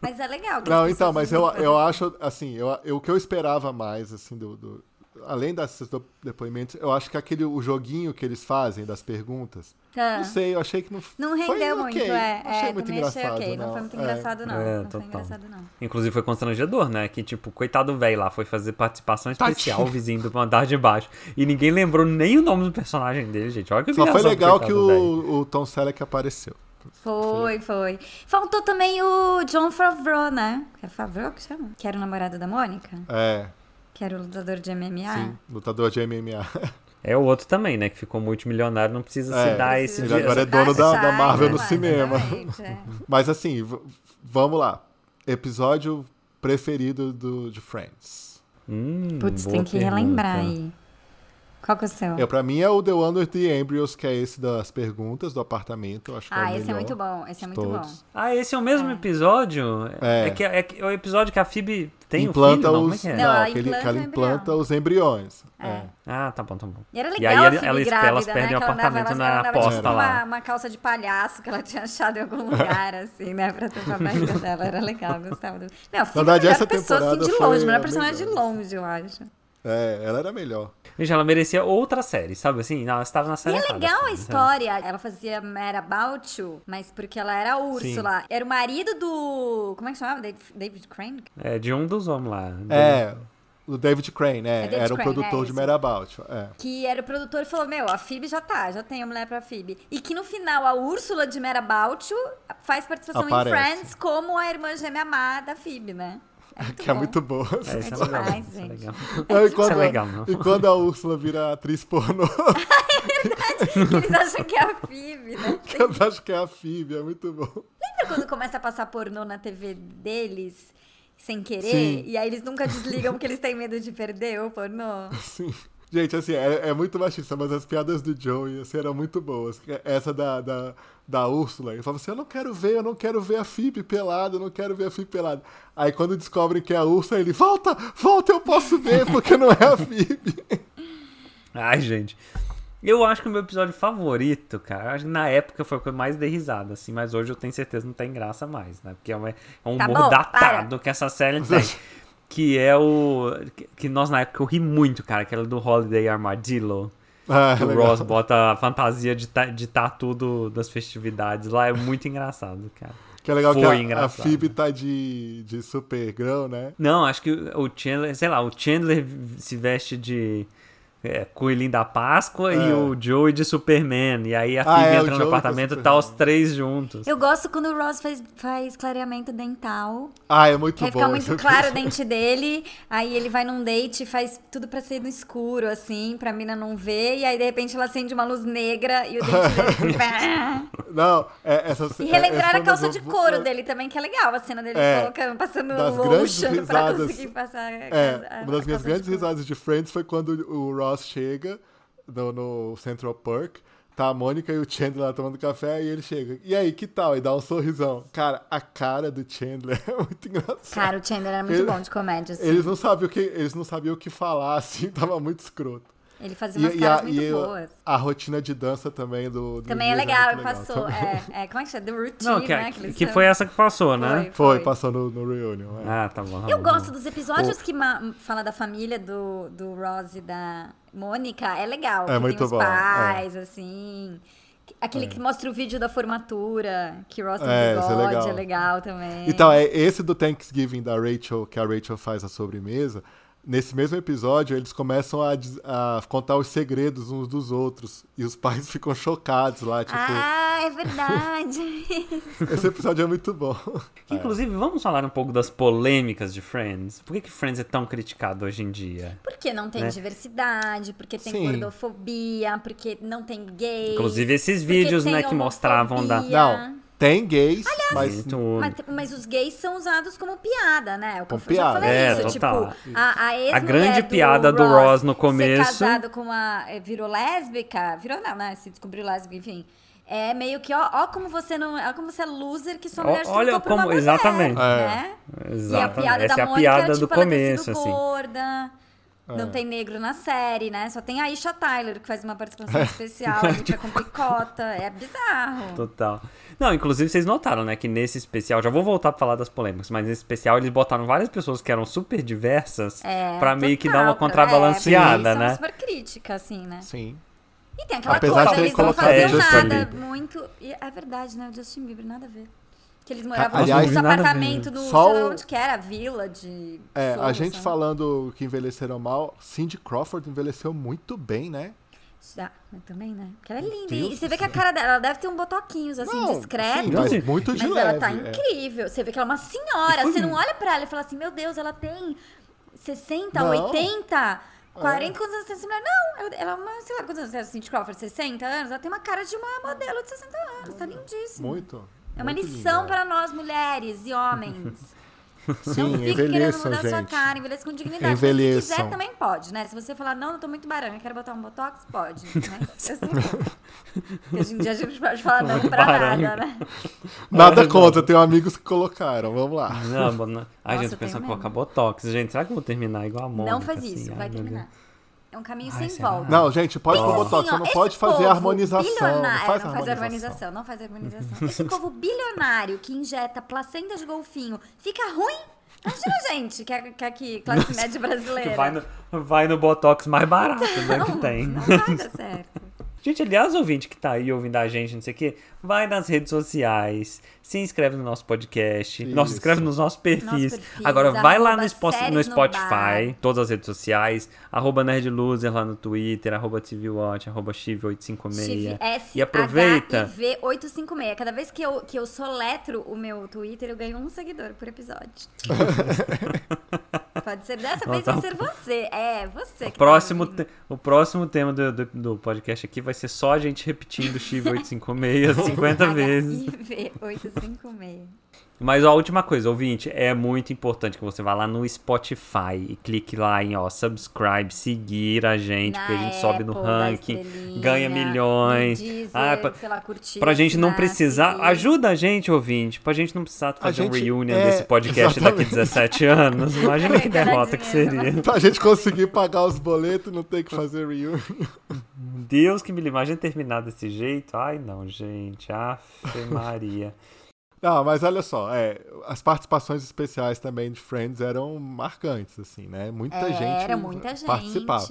Mas é legal. que as
Não,
pessoas
então, mas eu,
usam
eu acho, assim, eu, eu- o que eu esperava mais, assim, do. do- além desses do- depoimentos, eu acho que aquele o joguinho que eles fazem das perguntas.
Tá.
Não sei, eu achei que não.
Não
foi
rendeu muito,
ok,
é.
não Achei
é,
muito
também
engraçado.
achei ok. Não. foi muito
É.
engraçado, não.
É,
não foi
total.
engraçado, não.
Inclusive foi constrangedor, né? Que, tipo, coitado velho lá, foi fazer participação especial, o vizinho do andar de baixo. E ninguém lembrou nem o nome do personagem dele, gente. Olha que
Só foi
engraçado,
legal que
coitado véi.
o, o Tom Selleck apareceu.
Foi, foi. Faltou também o John Favreau, né? É Favreau que chama? Que era o namorado da Mônica?
É,
Que era o lutador de MMA?
sim, lutador de MMA.
É o outro também, né? Que ficou multimilionário, não precisa se
É,
dar
Precisa
esse...
Ele agora é
se
dono da-
achar,
da Marvel
no
exatamente,
cinema.
é.
Mas assim, v- vamos lá. Episódio preferido do, de Friends.
Hum,
Putz,
boa
tem que
pergunta.
relembrar aí. Qual que é o seu?
É, pra mim é o The One with the Embryos, que é esse das perguntas do apartamento. Acho que é
ah,
o
esse é
melhor
muito bom. Esse é
de
muito
todos.
bom.
Ah, esse é o mesmo episódio?
É.
É. que, é que- é o episódio que a Phoebe tem
implanta
o filho? Não, como é
os.
que é?
Não, ela
aquele,
implanta
que ela
o
implanta
embrião.
os embriões.
É.
É.
Ah, tá bom, tá bom.
E era
E
legal
aí
a
ela-
Phoebe
ela-
grávida,
elas
né?
perdem o
que ela andava-
apartamento
ela
na
andava, tipo,
aposta
com
lá.
Uma, uma calça de palhaço que ela tinha achado em algum lugar, assim, né? Pra tampar a barriga dela. Era legal, eu gostava do... Não, foi a
verdade,
melhor
essa
pessoa, assim,
temporada
de
foi
longe.
a
Melhor personagem de
melhor.
longe, eu acho.
É, ela era melhor.
Gente, ela merecia outra série, sabe assim? Ela estava na
E
série.
é
errada,
legal a
assim,
história. Ela fazia Mad About You, mas porque ela era a Úrsula. Era o marido do... Como é que chamava? David- David Crane?
sabe? É, de um dos homens lá. Do-
É. O David Crane,
É
é,
David
era o
Crane,
produtor
é
de
isso.
Merabout. É.
Que era o produtor e falou: Meu, a Phoebe já tá, já tem a mulher pra Phoebe. E que no final a Úrsula de Mera Balcho faz participação
Aparece.
em Friends como a irmã gêmea amada Phoebe, né? É muito
Que é
bom.
muito boa.
É, isso é,
demais,
legal. Isso é
gente.
legal.
Não, e, quando,
é legal, não.
e quando a Úrsula vira atriz pornô,
Que Eles acham que é a Phoebe, né?
eu acho que é a Phoebe, é muito bom.
Lembra quando começa a passar pornô na TV deles? Sem querer,
Sim.
e aí eles nunca desligam porque eles têm medo de perder o pornô.
Sim. Gente, assim, é, é muito machista, mas as piadas do Joey assim, eram muito boas. Essa da, da, da Úrsula, ele falava assim, eu não quero ver, eu não quero ver a Phoebe pelada, eu não quero ver a Phoebe pelada. Aí quando descobrem que é a Úrsula, ele, volta, volta, eu posso ver, porque não é a Phoebe.
Ai, gente. Eu acho que o meu episódio favorito, cara, eu acho que na época foi o que eu mais dei risada, assim, mas hoje eu tenho certeza que não tem graça mais, né? Porque é um, é um
Tá
humor
bom,
datado que essa série tem. Que é o. que- Que nós na época eu ri muito, cara, que era do Holiday Armadillo.
Ah,
Que o
legal.
Ross bota a fantasia de, ta, de tatu do- das festividades lá. É muito engraçado, cara.
Que é legal
Foi
que a, a
engraçado.
Phoebe tá de, de Supergirl, né?
Não, acho que o Chandler, sei lá, o Chandler se veste de é, coelhinho da Páscoa e
É.
o Joey de Superman. E aí a
Ah,
Phoebe
é, o
entra
Joey que é
no apartamento e tá
Superman.
os três juntos.
Eu gosto quando o Ross faz, faz clareamento dental.
Ah, é muito
Quer
bom.
ficar
esse
muito claro o
episódio.
dente dele, aí ele vai num date e faz tudo pra ser no escuro, assim, pra mina não ver, e aí de repente ela acende uma luz negra e o dente dele. pá.
Não, é, essa,
E relembrar
essa
a calça de
vou-
couro
vou-
dele também, que é legal, a cena dele
É,
colocando, passando
das
lotion
grandes
pra
risadas.
conseguir passar. a- a-
É, uma das
a calça
minhas
de
grandes
couro.
risadas de Friends foi quando o Ross chega no, no Central Park, tá a Mônica e o Chandler lá tomando café, e ele chega, e aí, que tal? E dá um sorrisão. Cara, a cara do Chandler é muito engraçado.
Cara, o Chandler era muito
Ele-
bom de comédia, assim. Ele,
Eles não sabiam o que, eles não sabiam o que falar, assim, tava muito escroto.
fazia umas
a,
caras muito
e
boas.
a rotina de dança também do. do
Também é
Liz
legal,
muito
passou.
também.
É, é, como é que chama? The Routine,
Não, que,
né?
que,
eles
que
chamam.
foi essa que passou, né?
é,
Foi, passou no, no Reunion. é.
Ah, tá bom. tá
Eu
bom.
gosto dos episódios que ma- fala da família do, do Ross e da Mônica. É legal. que
muito
tem os
bom,
pais, assim. Aquele que mostra o vídeo da formatura, que o Ross tem
É, isso é
bigode, é
legal.
legal. também.
Então, é esse do Thanksgiving da Rachel, que a Rachel faz a sobremesa. Nesse mesmo episódio, eles começam a, des- a contar os segredos uns dos outros. E os pais ficam chocados lá, tipo.
Ah, é verdade.
Esse episódio é muito bom.
Que, inclusive, vamos falar um pouco das polêmicas de Friends. Por que, que Friends é tão criticado hoje em dia?
porque não tem
Né?
diversidade, porque tem
É. Sim.
gordofobia, porque não tem gay.
Inclusive, esses vídeos, né, que mostravam da.
E a-
Não, tem gays, mas.
Muito-
Mas, mas os gays são usados como piada, né? Eu
Como
conf- já falei
piada. É,
isso,
total.
tipo, a, a, ex-mulher
A grande piada do Ross no começo.
Ser casado com uma. eh, Virou lésbica? Virou não, né? Se descobriu lésbica, enfim. É meio que, ó, ó como você não. Ó como você é loser que sua
Ó-
mulher se
olha
tratou por uma
como-
mulher,
exatamente.
Né?
Exato.
E a piada
Essa
da
é a
Mônica,
piada
tipo,
do
ela ter
começo,
sido
assim.
gorda. Não tem negro na série, né? Só tem a Isha Tyler, que faz uma participação especial, a
tipo,
gente é com picota. É bizarro.
Total. Não, inclusive vocês notaram, né, que nesse especial, já vou voltar pra falar das polêmicas, mas nesse especial eles botaram várias pessoas que eram super diversas
É,
pra meio que
total,
dar uma
pra- é, porque
contrabalanceada,
eles são
né?
super crítica, assim, né?
Sim.
E tem aquela
Apesar de
coisa,
ter
eles não
colocado
faziam
o Justin
nada
Bieber.
muito... E é verdade, né? O Justin Bieber, nada a ver. Que eles moravam
Ah, aliás,
num
nada a ver.
apartamento do...
Só
sei lá
o-
onde que era, vila de...
É, a
Souza,
gente
né?
falando que envelheceram mal, Cindy Crawford envelheceu muito bem, né?
Ah, mas também, né? Porque ela é linda.
Deus
E você vê
do
que a cara dela, ela deve ter um botoquinhos, assim,
Não,
discreto.
sim,
mas
mas muito de leve.
ela tá
é.
incrível. Você vê que ela é uma senhora. Você não olha pra ela e fala assim, meu Deus, ela tem 60,
Não. É.
80... 40 quantos anos tem essa mulher? Não, ela- ela é uma, sei lá, quantos anos tem a Cindy Crawford? 60 anos? Ela tem uma cara de uma modelo de 60 anos, tá lindíssima.
Muito.
É uma
muito
lição
linda.
para nós mulheres e homens.
Sim,
não fique querendo
envelheçam,
mudar sua
gente.
cara, envelheça com dignidade. Mas se
Envelheçam.
quiser também pode, né? Se você falar, não, eu tô muito baranga, quero botar um botox, pode. Né? Eu sei. Porque hoje em dia a gente pode falar não
Muito
pra
baranga.
nada, né?
Nada contra, eu tenho amigos que colocaram, vamos lá.
Não, bo- não. Ai,
Nossa,
gente,
eu
tô pensando
tenho
em colocar botox. Gente, será que eu vou terminar igual a Mônica?
não faz
assim?
isso,
Ai,
vai
meu
terminar.
Deus.
É um caminho
Ai,
sem
será?
volta.
Não, gente, pode
Pensa
pôr botox,
assim,
você
ó,
não
esse
pode fazer
povo
harmonização. Não
bilionário- É,
faz
não faz
harmonização.
harmonização, não faz harmonização. Esse povo bilionário que injeta placenta de golfinho fica ruim? Imagina, gente, que é, que é que classe média brasileira.
Vai no, vai no botox mais barato né, que tem.
Não vai dar certo.
Gente, aliás, ouvinte que tá aí ouvindo a gente, não sei o quê, vai nas redes sociais, se inscreve no nosso podcast,
Isso.
nossa, inscreve nos nossos perfis.
Nossos perfis,
Agora, vai lá no,
arroba
Spo-
séries
no
no
Spotify,
bar.
todas as redes sociais, arroba nerdloser lá no Twitter, arroba tvwatch, arroba chiv856.
S
E aproveita...
V856. Cada vez que eu, que eu soletro o meu Twitter, eu ganho um seguidor por episódio. Pode ser dessa vez,
Nossa,
vai ser você. É, você. que tá
Próximo,
ouvindo.
te- o próximo tema do, do, do podcast aqui vai ser só a gente repetindo Chiv 856 50 vezes.
V856.
Mas ó, a última coisa, ouvinte, é muito importante que você vá lá no Spotify e clique lá em ó, subscribe, seguir a gente, porque a gente sobe no ranking, ganha milhões. Ah, pra,
sei lá, curtir,
pra gente não
assinar,
precisar.
seguir.
Ajuda a gente, ouvinte, pra gente não precisar fazer um
gente-
reunion
é,
desse podcast daqui
exatamente.
17 anos. Imagina que
verdade
derrota que
mesmo.
seria.
Pra gente conseguir pagar os boletos, não ter que fazer reunion.
Deus que me livre, imagina terminar desse jeito. Ai, não, gente. Afe Maria.
Não, mas olha só, é, as participações especiais também de Friends eram marcantes, assim, né? Muita
É,
gente
Era muita gente.
participava,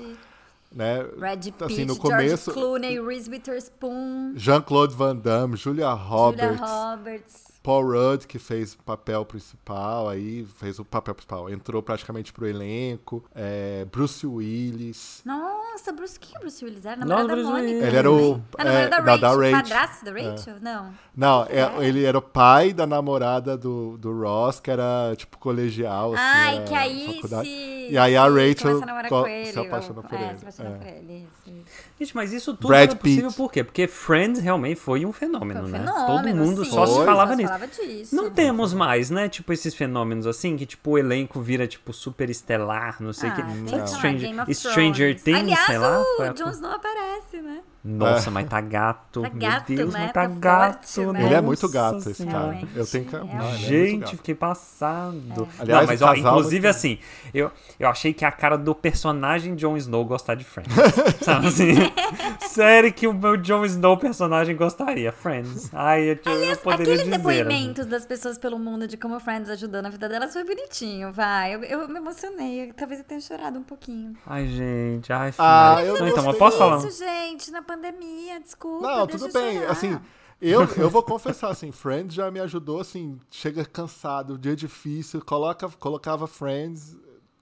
né?
Brad Pitt,
Assim, no
George
começo-
Clooney, Reese Witherspoon,
Jean-Claude Van Damme, Julia Roberts,
Julia Roberts.
Paul Rudd, que fez o papel principal aí, fez o papel principal, entrou praticamente pro elenco, é, Bruce Willis,
Nossa, Bruce, quem é Bruce Willis? Era
Nossa,
namorado da
Bruce
Mônica.
Willis.
Ele era o-
também. Ah, namorado
é, da- da Rachel. É.
Padrasto da Rachel? Não.
Não, é- ele era o pai da namorada do, do Ross, que era tipo colegial. Assim,
Ai,
era
que aí
faculdade.
se...
E aí a
se
Rachel
começa a namorar
co-
com ele,
se apaixona
ou-
por
é,
ele,
se apaixona
é.
por ele. isso, isso.
Gente, mas isso tudo
Brad
era possível
Pitt.
por quê? Porque Friends realmente foi um fenômeno,
Foi um
né?
fenômeno,
Todo mundo
sim,
só se
Foi.
falava
só
nisso.
falava disso.
Não temos mais, né? Tipo, esses fenômenos assim, que tipo, o elenco vira, tipo, super estelar, não sei o
Ah,
que.
tem
Será que
que falar,
Stranger,
Game of
Stranger
Thrones.
Things,
Aliás,
sei lá. foi a-
o Jon Snow aparece, né?
Nossa, mas tá gato.
Tá
Meu
gato,
Deus,
né?
mas tá
Tá forte,
gato.
né?
Ele é muito
Nossa
gato, esse
Senhora.
cara.
Realmente,
Eu tenho que. não, ele é muito
Gente,
gato.
fiquei passado.
É.
Aliás,
não, mas
o
ó,
casal-
inclusive assim, eu, eu achei que a cara do personagem Jon Snow gostar de Friends. Sabe assim? Sério que o meu Jon Snow personagem gostaria, Friends. Ai, eu, eu poderia
Aqueles
dizer. assim.
depoimentos das pessoas pelo mundo de como Friends ajudou na vida delas foi bonitinho, vai. Eu, eu me emocionei, talvez eu tenha chorado um pouquinho.
Ai, gente, ai,
Ah,
filho.
eu
Não, então,
gostei
mas posso falar?
Isso, gente, na pandemia, desculpa.
Não,
deixa
tudo
eu
bem.
chorar.
Assim, eu, eu vou confessar, assim, Friends já me ajudou, assim, chega cansado, dia difícil, coloca, colocava Friends,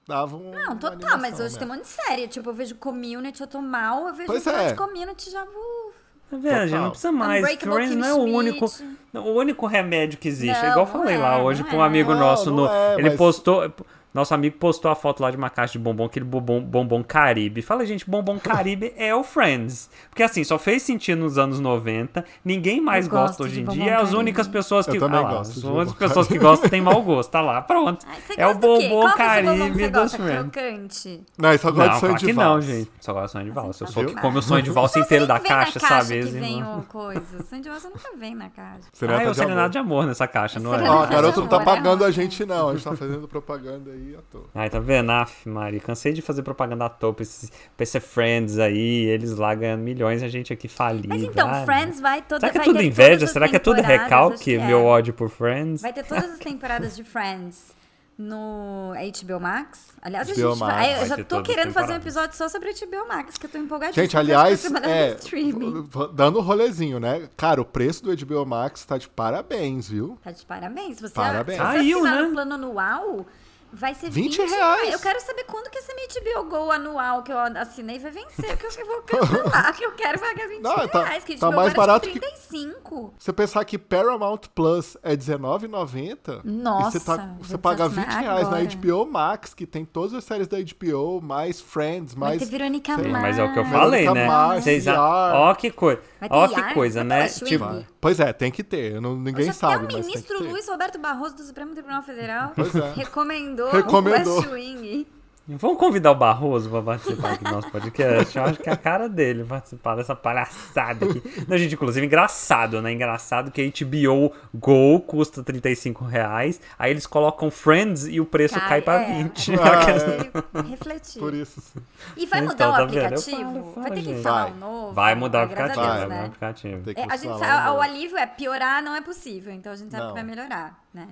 dava um.
Não, total, mas hoje tem um monte de série. Tipo, eu vejo community, eu tô mal, eu vejo
né? Pois
um
é.
de community já vou.
Tá vendo, gente? Não
Total.
precisa mais.
Unbreakable
Friends
Kimmy
não é o único.
Schmidt.
não, O único remédio que existe. é
Não,
igual eu
não
falei
é,
lá hoje
não
com um
é.
amigo
Não,
nosso.
não
no,
é,
ele
mas-
postou. Nosso amigo postou a foto lá de uma caixa de bombom, aquele bombom, bombom Caribe. Fala, gente, bombom Caribe é o Friends. Porque assim, só fez sentido nos anos 90, ninguém mais
Eu
gosta
gosto
hoje
de
em
bombom
dia. é As
Caribe.
únicas pessoas que.
Eu também
ah, lá,
gosto
As
de
únicas
bombom
pessoas que gostam têm mau gosto. Tá lá, pronto.
Ai, você
é o
gosta do quê?
bombom
Qual que é o seu bombom que
Caribe
você
dos
gosta?
Friends.
Crocante.
Não, eu só
Não,
gosto de
claro
sonho
que
de
não,
valsa.
gente. Só gosto de sonho de valsa. Eu sou
Viu?
que come o sonho de valsa inteiro da
Nem vem na
caixa,
caixa
sabe? assim,
Que
Esse
vem um
irmão.
o coisa. Sonho de valsa nunca vem na caixa.
Ah, é o
tá de amor.
serenado de amor nessa caixa, não
Serenata
Ó, a
é?
de
garota não tá
amor, é
pagando a
ótimo.
gente, não. A gente tá fazendo propaganda aí à toa.
Ai, tá vendo? Aff, Mari, cansei de fazer propaganda à toa pra esses, pra esses Friends aí, eles lá ganhando milhões e a gente aqui falido.
Mas então,
ai,
Friends vai toda
Ah, Será que é
vai
tudo
ter
inveja?
todas as
Será que é tudo
temporadas, acho
recalque,
que é.
meu ódio por Friends?
Vai ter todas as temporadas de Friends no HBO Max. Aliás, a
HBO
gente vai-
Max.
eu
Vai
já
ter
tô
todas as
querendo fazer um
temporadas.
episódio só sobre HBO Max, que eu tô empolgadíssima.
Gente,
com as
aliás,
coisas da
é,
streaming.
v- dando um rolezinho, né? Cara, o preço do HBO Max tá de parabéns, viu?
Tá de parabéns. Se Você,
Parabéns.
Se você
Caiu,
assinar
né?
o plano anual, vai ser
20
20,
reais.
Eu quero saber quando que esse meu HBO Go anual que eu assinei vai vencer, que eu vou cancelar, que eu quero pagar 20
Não, tá-
reais, que
tá
HBO agora
mais
é
barato que-
tipo 35.
Você pensar que Paramount Plus é R$19,90.
Nossa,
E você, tá,
vou
você paga R$ 20
assinar
reais
agora.
na HBO Max, que tem todas as séries da HBO, mais Friends,
Vai
mais.
ter Verônica
Sim,
Mars.
mas é o que eu falei, né?
Mars,
Vocês a-
Yar.
Ó que coisa.
Vai ter
Ó que
Yar?
coisa,
Vai ter
né?
Ashwin?
Tipo,
Vai. Pois é, tem que ter. eu não- ninguém
Já Até é o
sabe. mas tem
ministro
que ter.
Luiz Roberto Barroso do Supremo Tribunal Federal
Pois é.
recomendou,
Recomendou.
o West Wing.
vamos convidar o Barroso pra participar aqui do nosso podcast. Eu acho que é a cara dele participar dessa palhaçada aqui. Não, gente, inclusive, engraçado, né? Engraçado que a HBO Go custa 35 reais, aí eles colocam Friends e o preço cai, pra
é,
20.
é,
Ah,
é. refletir.
Por isso, sim.
E vai mudar
Então,
o
tá vendo? Eu
aplicativo?
falo, fala,
vai ter que
gente.
instalar
Vai.
um novo?
Vai mudar o
Graças
aplicativo,
a
vai
Deus,
mudar o
né?
aplicativo.
Tem que
É, a gente
falar,
sabe-
né?
o alívio é piorar não é possível, então a gente sabe
Não.
que vai melhorar, né?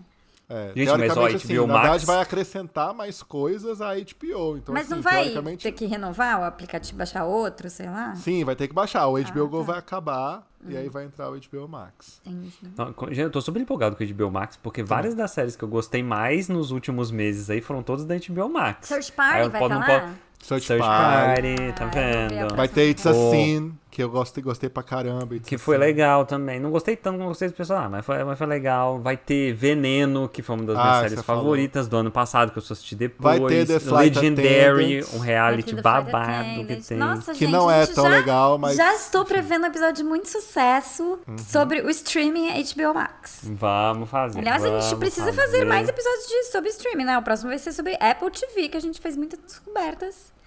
É,
Gente, mas ó,
teoricamente,
HBO
na verdade,
Max-
vai acrescentar mais coisas à HBO. Então,
Mas
assim,
não vai
teoricamente,
ter que renovar o aplicativo, baixar outro, sei lá?
Sim, vai ter que baixar.
Ah,
O HBO
tá.
Go vai acabar e
Hum.
aí vai entrar o HBO Max.
Entendi.
Não, co- gente, eu tô super empolgado com o HBO Max, porque várias das séries que eu gostei mais nos últimos meses aí foram todas da HBO Max.
Search Party
Aí eu um
vai
posso-
tá
não
lá?
posso-
Search,
Search
Party.
Party, tá
Ah, eu vou ver
vendo?
a
Vai ter It's a
Pô.
Sin, que eu gostei, gostei pra caramba. It's
Que
a
foi
Sin.
legal também. Não gostei tanto, não gostei do personagem, mas foi, mas foi legal. Vai ter Veneno, que foi uma das
Ah,
minhas
você
séries
falou.
favoritas do ano passado, que eu só assisti depois.
Vai ter The Flight
Legendary,
Attendants.
um
Vai ter
reality
The Flight
babado que
Attendants.
tem.
Nossa,
Que
gente,
não
a
é
gente
tão
já,
legal, mas-
Já estou prevendo um episódio de muito sucesso
Uhum.
sobre o streaming HBO Max.
Vamos fazer.
Aliás, a gente
Uhum. vamos
precisa fazer mais episódios de- sobre streaming, né? O próximo vai ser sobre Apple TV, que a gente fez muitas descobertas.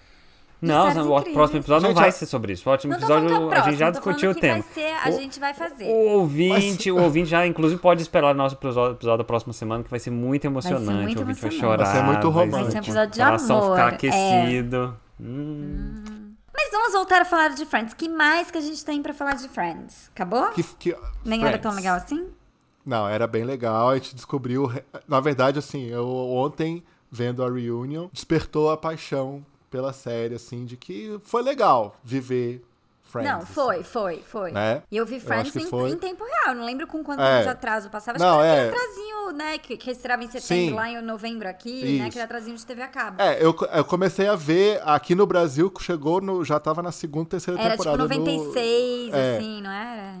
Não,
séries
o
incríveis.
próximo episódio
Gente,
não vai
a-
ser sobre isso. O próximo
Não tô
episódio
falando que é o
a gente já
próximo, tô
discutiu o
falando
tema.
que vai ser- a
O-
gente vai fazer.
O ouvinte, o ouvinte já, inclusive, pode esperar o nosso episódio episódio da próxima semana, que vai ser muito emocionante.
muito
o ouvinte vai
emocionante.
chorar.
Vai ser muito
Vai
romântico.
ser um episódio de
O coração
amor.
ficar
é.
aquecido. Hum.
Mas vamos voltar a falar de Friends. que mais que a gente tem pra falar de Friends? Acabou?
Que, que-
Nem era tão
Friends.
legal assim?
Não, era bem legal. A gente descobriu. re- Na verdade, assim, eu ontem, vendo a reunion, despertou a paixão pela série, assim, de que foi legal viver Friends. assim.
não, foi, foi, foi.
Né?
E eu vi
Eu
Friends
acho que
em,
foi.
em tempo real. Não lembro com quanto
É.
tempo de atraso passava. Acho
Não,
que era
é.
aquele atrasinho, né? Que, que estreava em setembro
Sim.
lá em novembro aqui,
Isso.
né? Aquele atrasinho de TV a cabo.
É, eu, co- eu comecei a ver aqui no Brasil, que chegou no. Já tava na segunda, terceira
Era tipo
temporada. no-
96,
É.
assim, não era?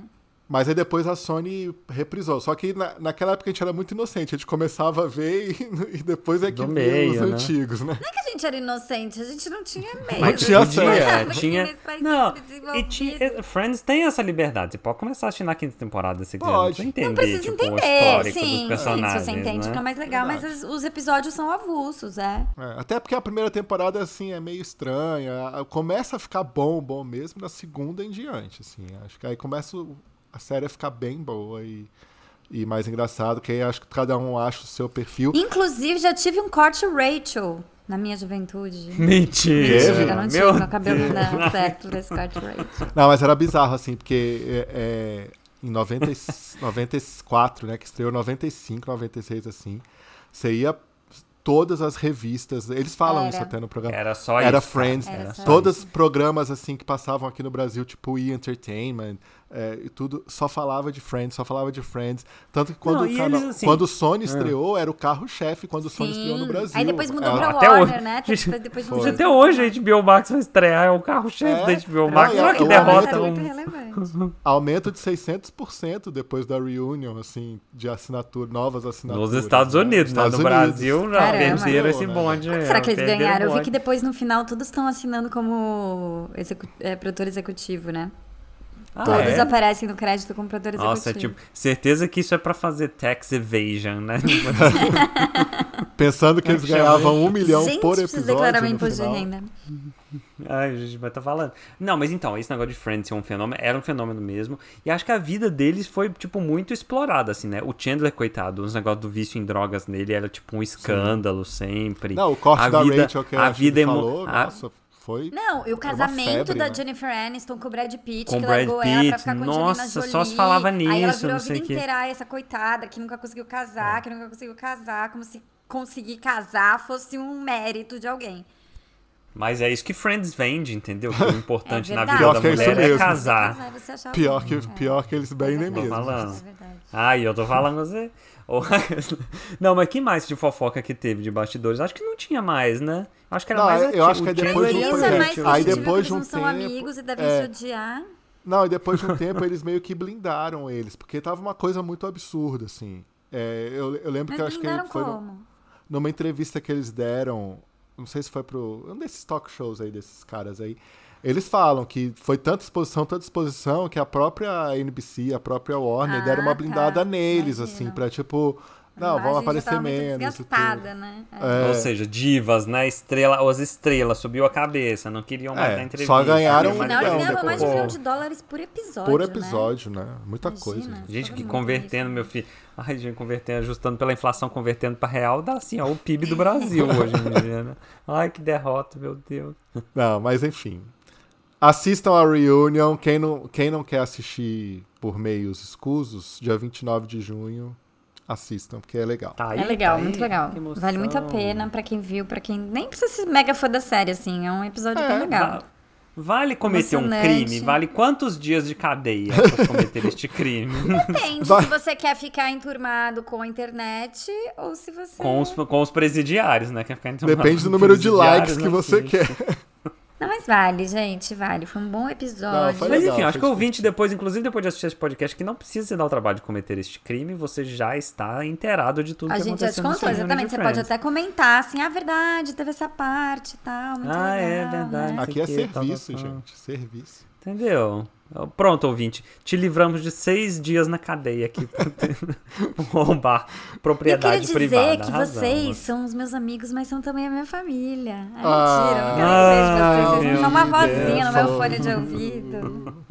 Mas aí depois a Sony reprisou. Só que na- naquela época a gente era muito inocente. A gente começava a ver e, e depois é que
Do
via
meio,
os
né?
antigos, né?
Não é que a gente era inocente, a gente não tinha medo.
Mas tinha
a gente
acesso.
achava que
tinha.
nesse país
Não,
se
e
desenvolvia.
tinha, Friends tem essa liberdade. Você pode começar a assistir na quinta temporada se quiser.
Pode.
precisa entender,
Não precisa
tipo, o
entender,
histórico
sim,
dos
sim. Se
personagens.
você entende, é
né?
fica mais legal, mas
Verdade.
as- os episódios são avulsos, é.
É, até porque a primeira temporada, assim, é meio estranha. A- Começa a ficar bom, bom mesmo, na segunda em diante, assim. Acho que aí começa o- a série a ficar bem boa e, e mais engraçado, que aí acho que cada um acha o seu perfil.
Inclusive, já tive um corte Rachel na minha
Hum,
juventude.
Mentira.
Mentira, não tive,
Meu
meu cabelo
Deus.
não é certo desse corte Rachel.
Não, mas era bizarro, assim, porque é, é, em 90, e- 94, né, que estreou 95, 96, assim, você ia todas as revistas, eles falam
Era.
isso até no programa.
Era só isso.
Era
cara.
Friends.
Era só
Todos os programas assim que passavam aqui no Brasil, tipo E! Entertainment é, e tudo, só falava de Friends, só falava de Friends. Tanto que quando,
Não,
o,
e
canal-
eles, assim-
quando o Sony estreou, era o carro-chefe quando o Sony estreou no Brasil.
Aí depois mudou
É,
pra
até
Warner,
hoje.
né?
Gente,
Depois, depois de
foi.
uns
Se
anos
até hoje a HBO Max vai estrear, é o carro-chefe
É.
da HBO Max.
Não,
Olha que
eu- eu acho é
derrota.
Era muito
um-
relevante.
Aumento de 600% depois da reunion, assim, de assinatura, novas assinaturas.
Nos Estados
né?
Unidos, né?
Estados
No Brasil, já
Caramba.
perderam esse
Né?
bonde.
Quanto
é,
será que eles
perderam o
ganharam? Eu vi
bonde.
que depois no final todos estão assinando como execu- é, produtor executivo, né?
Ah,
todos
é?
aparecem no crédito como produtor executivo.
Nossa, é tipo, certeza que isso é pra fazer tax evasion, né?
Pensando que eles
Chama,
ganhavam um milhão
Gente,
por
precisa
episódio.
declarar
no
meu imposto de
final.
renda.
Ai, a gente vai estar falando. Não, mas então, esse negócio de Friends ser um fenômeno, era um fenômeno mesmo. E acho que a vida deles foi, tipo, muito explorada, assim, né? O Chandler, coitado, os negócios do vício em drogas nele era, tipo, um escândalo sempre.
Não, o corte
A
da
vida-
Rachel que
a
a
vida
vida
emo-
falou,
a-
nossa, foi
Não, e o
Era uma
casamento
febre,
da
né?
Jennifer Aniston com o Brad Pitt,
Com
que
o Brad
largou ela pra
Pitt,
ficar com a
nossa,
Angelina Jolie.
só se falava
Aí ela
nisso,
virou
não
a
sei
vida
o quê. É.
inteira, ai, essa coitada que nunca conseguiu casar, que nunca conseguiu casar, como se conseguir casar fosse um mérito de alguém.
Mas é isso que Friends vende, entendeu? Que o importante
É
Então, na
verdade.
vida da
Pior que é isso
mulher é
mesmo.
casar. Ah.
Casar, você achava
pior
bom,
que,
é.
pior que eles bem nem
verdade,
mesmo.
Falando.
É verdade.
Ai, eu tô falando com você. Ô, não, mas que mais de fofoca que teve de bastidores? Acho que não tinha mais, né? Acho que era
Não,
mais
eu
ati-
acho
o
que é
Chandler
depois
e
de
a
um
Isso
projeto.
é
Rachel.
mais
Aí
possível
depois
que
de um
eles não são
tempo,
amigos e devem
é.
se odiar.
Não, e depois de um tempo eles meio que blindaram eles, porque tava uma coisa muito absurda, assim. É, eu, eu lembro
Mas
que eu acho que
blindaram
foi no-
como?
numa entrevista que eles deram, não sei se foi pro. Um desses talk shows aí, desses caras aí. Eles falam que foi tanta exposição, tanta exposição, que a própria NBC, a própria Warner
Ah,
deram uma
tá.
blindada neles,
Imagino.
assim, pra tipo. Não,
A imagem
vão
já
aparecer
tava muito
menos. e tudo.
Desgastada, né? É.
Ou seja, divas, né? Estrela, as estrelas subiu a cabeça, não queriam mais
É,
dar entrevista.
só ganharam
No
mas-
um
final eles
milhão
ganhavam mais de um
depois.
milhão de dólares por episódio.
Por
né?
episódio, né? Muita
Imagina.
coisa. gente.
Gente,
Todo
que
mundo
convertendo,
isso.
meu filho. Ai, gente, convertendo, ajustando pela inflação, convertendo pra real, dá assim, ó, o PIB do Brasil hoje em dia, né? Ai, que derrota, meu Deus.
Não, mas enfim. Assistam a Reunion. Quem não, quem não quer assistir por meios escusos, dia 29 de junho, Assistam, porque é legal.
Tá aí,
é legal,
tá aí.
muito legal.
Que emoção.
Vale muito a pena pra quem viu, pra quem nem precisa ser mega fã da série, assim. É um episódio
É,
bem legal.
Va- Vale cometer um
Emocionante.
crime? Vale quantos dias de cadeia pra cometer este crime?
Depende
Vai.
se você quer ficar enturmado com a internet ou se você.
com, os, com os presidiários, né? Quer ficar enturmado
Depende do
com
número de
presidiários,
likes que
né?
você
Sim.
quer.
Não, mas vale, gente, vale. Foi um bom
Não,
episódio.
foi
Mas
legal.
enfim, acho que o
foi
ouvinte depois, inclusive depois de assistir esse podcast, que não precisa se dar o trabalho de cometer este crime, você já está inteirado de tudo
A
que
gente já te
aconteceu nos
contou,
Friends
exatamente. Você
Friends.
pode até comentar, assim, ah, verdade, teve essa parte e tal. Muito
Ah, é
legal,
verdade.
né?
Não
Aqui é
sei o quê, tal,
serviço,
tal, tal.
gente. Serviço.
Entendeu? Então, Pronto, ouvinte. Te livramos de seis dias na cadeia aqui por, ter- por roubar
Eu
propriedade
queria dizer
privada.
que
Arrasamos.
vocês são os meus amigos, mas são também a minha família. Ai,
Ah.
mentira, eu nunca lembrei de vocês. Vocês não
meu
são uma
Deus.
vozinha no meu folha de ouvido.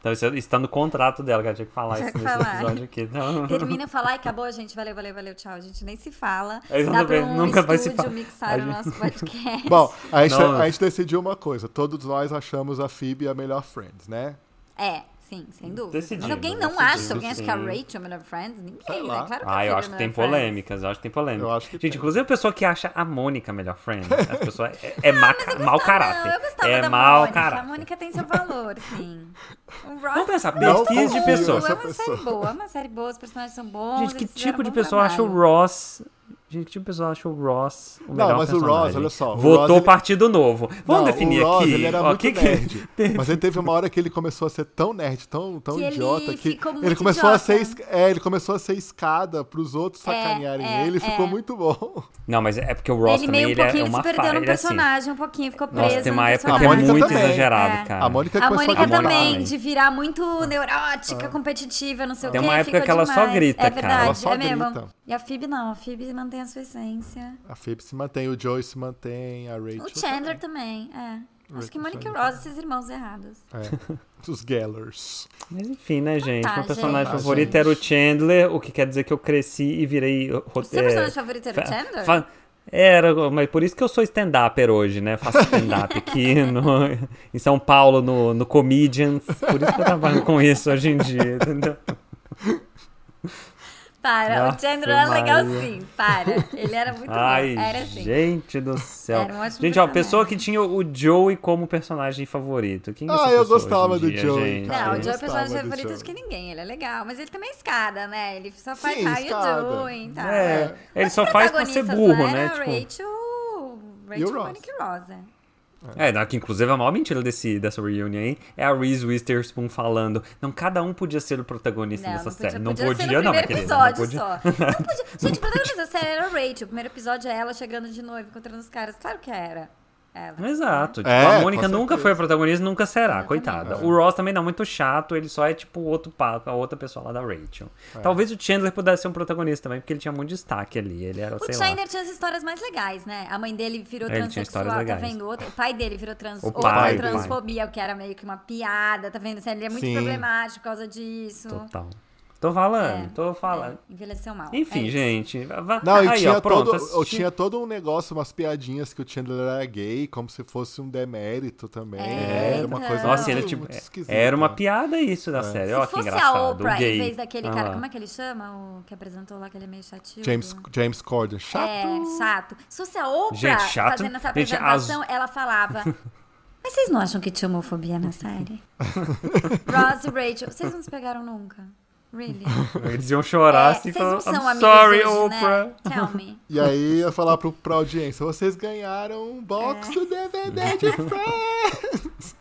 Então, isso está no contrato dela, que ela tinha que falar
Tinha
isso
que
nesse
falar.
episódio aqui. Então,
Termina, falar e acabou, gente. Valeu, valeu, valeu, tchau. A gente nem se fala.
É,
Dá pra
exatamente,
um
nunca
estúdio
vai se falar.
mixar
A
o
gente-
nosso podcast.
Bom, a gente,
Não.
a gente decidiu uma coisa. Todos nós achamos a Phoebe a melhor Friends, né?
É, sim, sem dúvida.
Decidimos,
Mas alguém não
decidimos,
acha? Alguém acha que a
sim.
Rachel é a melhor Friends?
Sei
Ninguém,
lá.
né? Claro que a
Ah, eu
Phoebe
acho
é
que
a
tem
melhor Friends.
polêmicas, eu acho que tem polêmicas.
Eu acho que
Gente,
tem.
inclusive a pessoa que acha a Mônica a melhor friend, a pessoa é,
Ah,
é má-
Não,
mau caráter.
eu gostava
é
da
mau
Mônica.
caráter.
A Mônica tem seu valor, sim. O Ross
Vamos pensar,
é um
perfis de
bom,
pessoas.
É
Essa
uma série
pessoa.
boa, é uma série boa, os personagens são bons.
Gente, que
eles fizeram um
tipo de
bom
pessoa acha o
trabalho.
Ross? Gente, que tipo de pessoa acha o Ross o melhor
mas o
personagem?
Ross, olha só, o Ross,
Votou
ele-
Partido Novo. Vamos
Não,
definir
o Ross,
aqui.
Ele era
ó,
muito
que que-
nerd. Mas ele teve uma hora que ele começou a ser tão nerd, tão, tão
Que ele
idiota, que
ficou muito
ele começou a ser,
idiota.
es- é, ele começou a ser escada pros outros sacanearem
é,
ele,
é.
ficou muito bom.
Não, mas é porque o Ross
ele
também
meio um
ele é
pouquinho
uma
se
farsa.
perdeu no
Ele é assim.
personagem, um pouquinho, ficou preso.
Nossa, tem uma
no
época que é
personagem. A
personagem.
muito
também.
exagerado,
É.
cara.
A Mônica
A
começou
Mônica
a namorar. Ah.
também,
também.
de virar muito neurótica, competitiva, não sei
Tem
o quê.
uma época
fica
que ela só
demais.
grita,
É
cara.
verdade,
Ela só
é mesmo.
grita.
E a Phoebe não, a Phoebe mantém a sua essência.
A Phoebe se mantém, o Joey se mantém, a Rachel.
O Chandler também, é. Acho que
Rachel
Mônica e
Chandler. tá.
Ross, esses irmãos errados.
É. Os Gellers.
Mas enfim, né, gente?
tá,
Meu personagem
gente.
favorito
Tá,
era o Chandler, o que quer dizer que eu cresci e
O
virei
seu
roteiro.
personagem favorito era o Chandler?
Tá. Era, mas por isso que eu sou stand-upper hoje, né? Faço stand-up aqui no- em São Paulo, no, no Comedians. Por isso que eu trabalho com isso hoje em dia, entendeu?
Para, o
Nossa,
Chandler era legal
Maria.
sim, para. Ele era muito
Ai,
bom, era assim.
gente do céu.
Era um ótimo
gente, ó,
personagem.
pessoa que tinha o Joey como personagem favorito. Quem é essa
Ah, eu
pessoa
gostava
hoje em
do
dia,
Joey,
gente?
cara.
Não, o
eu
Joe é o personagem
gostava do
favorito
Joe.
de que ninguém, ele é legal, mas ele também é escada, né? Ele só faz
Sim,
raio
escada.
Joe, então.
É, ele
Os
só faz pra ser
protagonistas
burro,
lá
né?
Era
Tipo,
Rachel,
E o
Rachel
Ross.
Monica e Ross, né?
É, não, que inclusive a maior mentira desse, dessa reunião aí é a Reese Witherspoon falando. Não, cada um podia ser o protagonista
Não,
dessa
não podia,
série. não
podia ser
podia,
no
não, minha
primeiro
querida. Não
episódio
podia.
só. Não podia. Gente, o protagonista da série era a Rachel. O primeiro episódio é ela chegando de noivo, encontrando os caras. Claro que era. Ela.
Exato. Tipo,
É,
a Mônica
com
nunca
certeza.
foi a protagonista e nunca será,
Exatamente.
coitada.
É.
O Ross também não é muito chato, ele só é tipo o outro papo, a outra pessoa lá da Rachel.
É.
Talvez o Chandler pudesse ser um protagonista também, porque ele tinha muito destaque ali. Ele era,
O
sei
Chandler
lá.
tinha as histórias mais legais, né? A mãe dele virou
É, ele tinha
transexual,
histórias
tá
legais.
vendo? Outra- o pai dele virou trans,
O
outra
pai, o pai.
transfobia, o que era meio que uma piada, tá vendo? Ele é muito
Sim.
problemático por causa disso.
Total. Tô falando,
É,
tô falando.
É, envelheceu mal. É
Enfim,
isso.
gente. va-
Não,
aí,
e tinha,
ó, pronto.
todo, eu
assisti-
tinha todo um negócio, umas piadinhas que o Chandler era gay, como se fosse um demérito também. né?
É,
era uma
então.
coisa
Nossa,
muito,
ele tipo,
muito esquisita. É.
era uma piada isso da série.
Se
Ó, que
fosse
engraçado.
a Oprah
o gay.
em vez daquele
Ah
cara,
lá.
como é que ele chama? O que apresentou lá, que ele é meio chatinho.
James, James Corden, chato.
É, chato. Se fosse a Oprah
Gente, chato.
fazendo essa
Gente, as-
apresentação, ela falava. Mas vocês não acham que tinha homofobia na série? Ross e Rachel, vocês não se pegaram nunca. Really?
Eles iam chorar
É,
assim,
vocês não
falando,
são
I'm
amigos
sorry,
hoje,
Oprah.
né? Tell me.
E aí ia falar pro, pra audiência: vocês ganharam um
É.
box do DVD de Friends.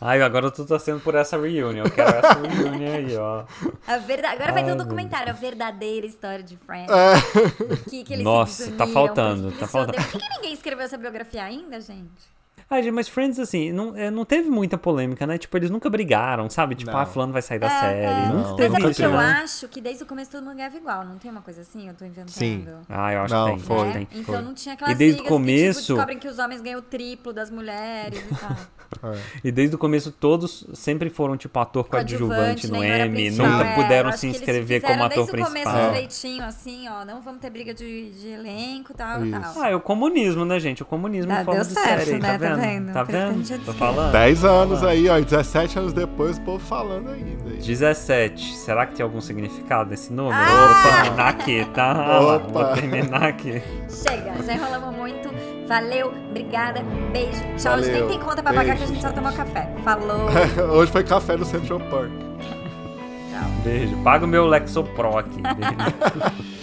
Ai, agora eu tô torcendo por essa reunião. Eu quero essa reunião aí, ó.
A verda... Agora vai ter um
Ai, meu É.
documentário, a verdadeira história de Friends.
É,
O que, que eles se
Nossa, tá
desuniram,
faltando,
por que que
tá
eles se odeiam.
faltando.
Por que, que ninguém escreveu essa biografia ainda, gente?
Ah, gente, mas Friends, assim, não, é, não teve muita polêmica, né? Tipo, eles nunca brigaram, sabe? Tipo,
Não.
ah, fulano vai sair da
É,
série.
é.
Nunca
Não,
Mas
teve
sabe o
isso,
que eu
né?
acho? Que desde o começo todo mundo ganhava igual, não tem uma coisa assim? Eu tô inventando.
Sim.
Ah, eu acho
Não,
que tem.
foi.
acho
né?
que tem.
Então não tinha aquelas
E desde o
brigas que
começo-
tipo, descobrem que os homens ganham o triplo das mulheres e tal.
é.
E desde o começo, todos sempre foram, tipo, ator coadjuvante no
nem era
M.
principal,
Nunca
é, eu
puderam
acho que
se
eles
inscrever
fizeram
como ator
Desde o
principal.
começo
É.
direitinho, assim, ó, não vamos ter briga de, de elenco e tal e
Isso.
tal.
Ah, é o comunismo, né, gente? O comunismo
Dá-
em forma
deu
de
certo,
série,
né?
tá
Tá
vendo? vendo?
vendo?
Tá
Por isso que a
vendo?
gente é
Tô
discreto.
falando.
10 anos aí, ó, e 17 anos depois, o povo falando ainda. aí.
17. Será que tem algum significado nesse número?
Ah!
Vou terminar aqui, tá?
Opa!
Vou terminar aqui.
Chega, já enrolamos muito. Valeu, obrigada, beijo, tchau. A gente
Valeu,
nem tem conta pra pagar
beijo,
que a gente só tomou café. Falou,
Hoje foi café no Central Park.
tchau.
Beijo. Paga o meu Lexopro aqui. Beijo.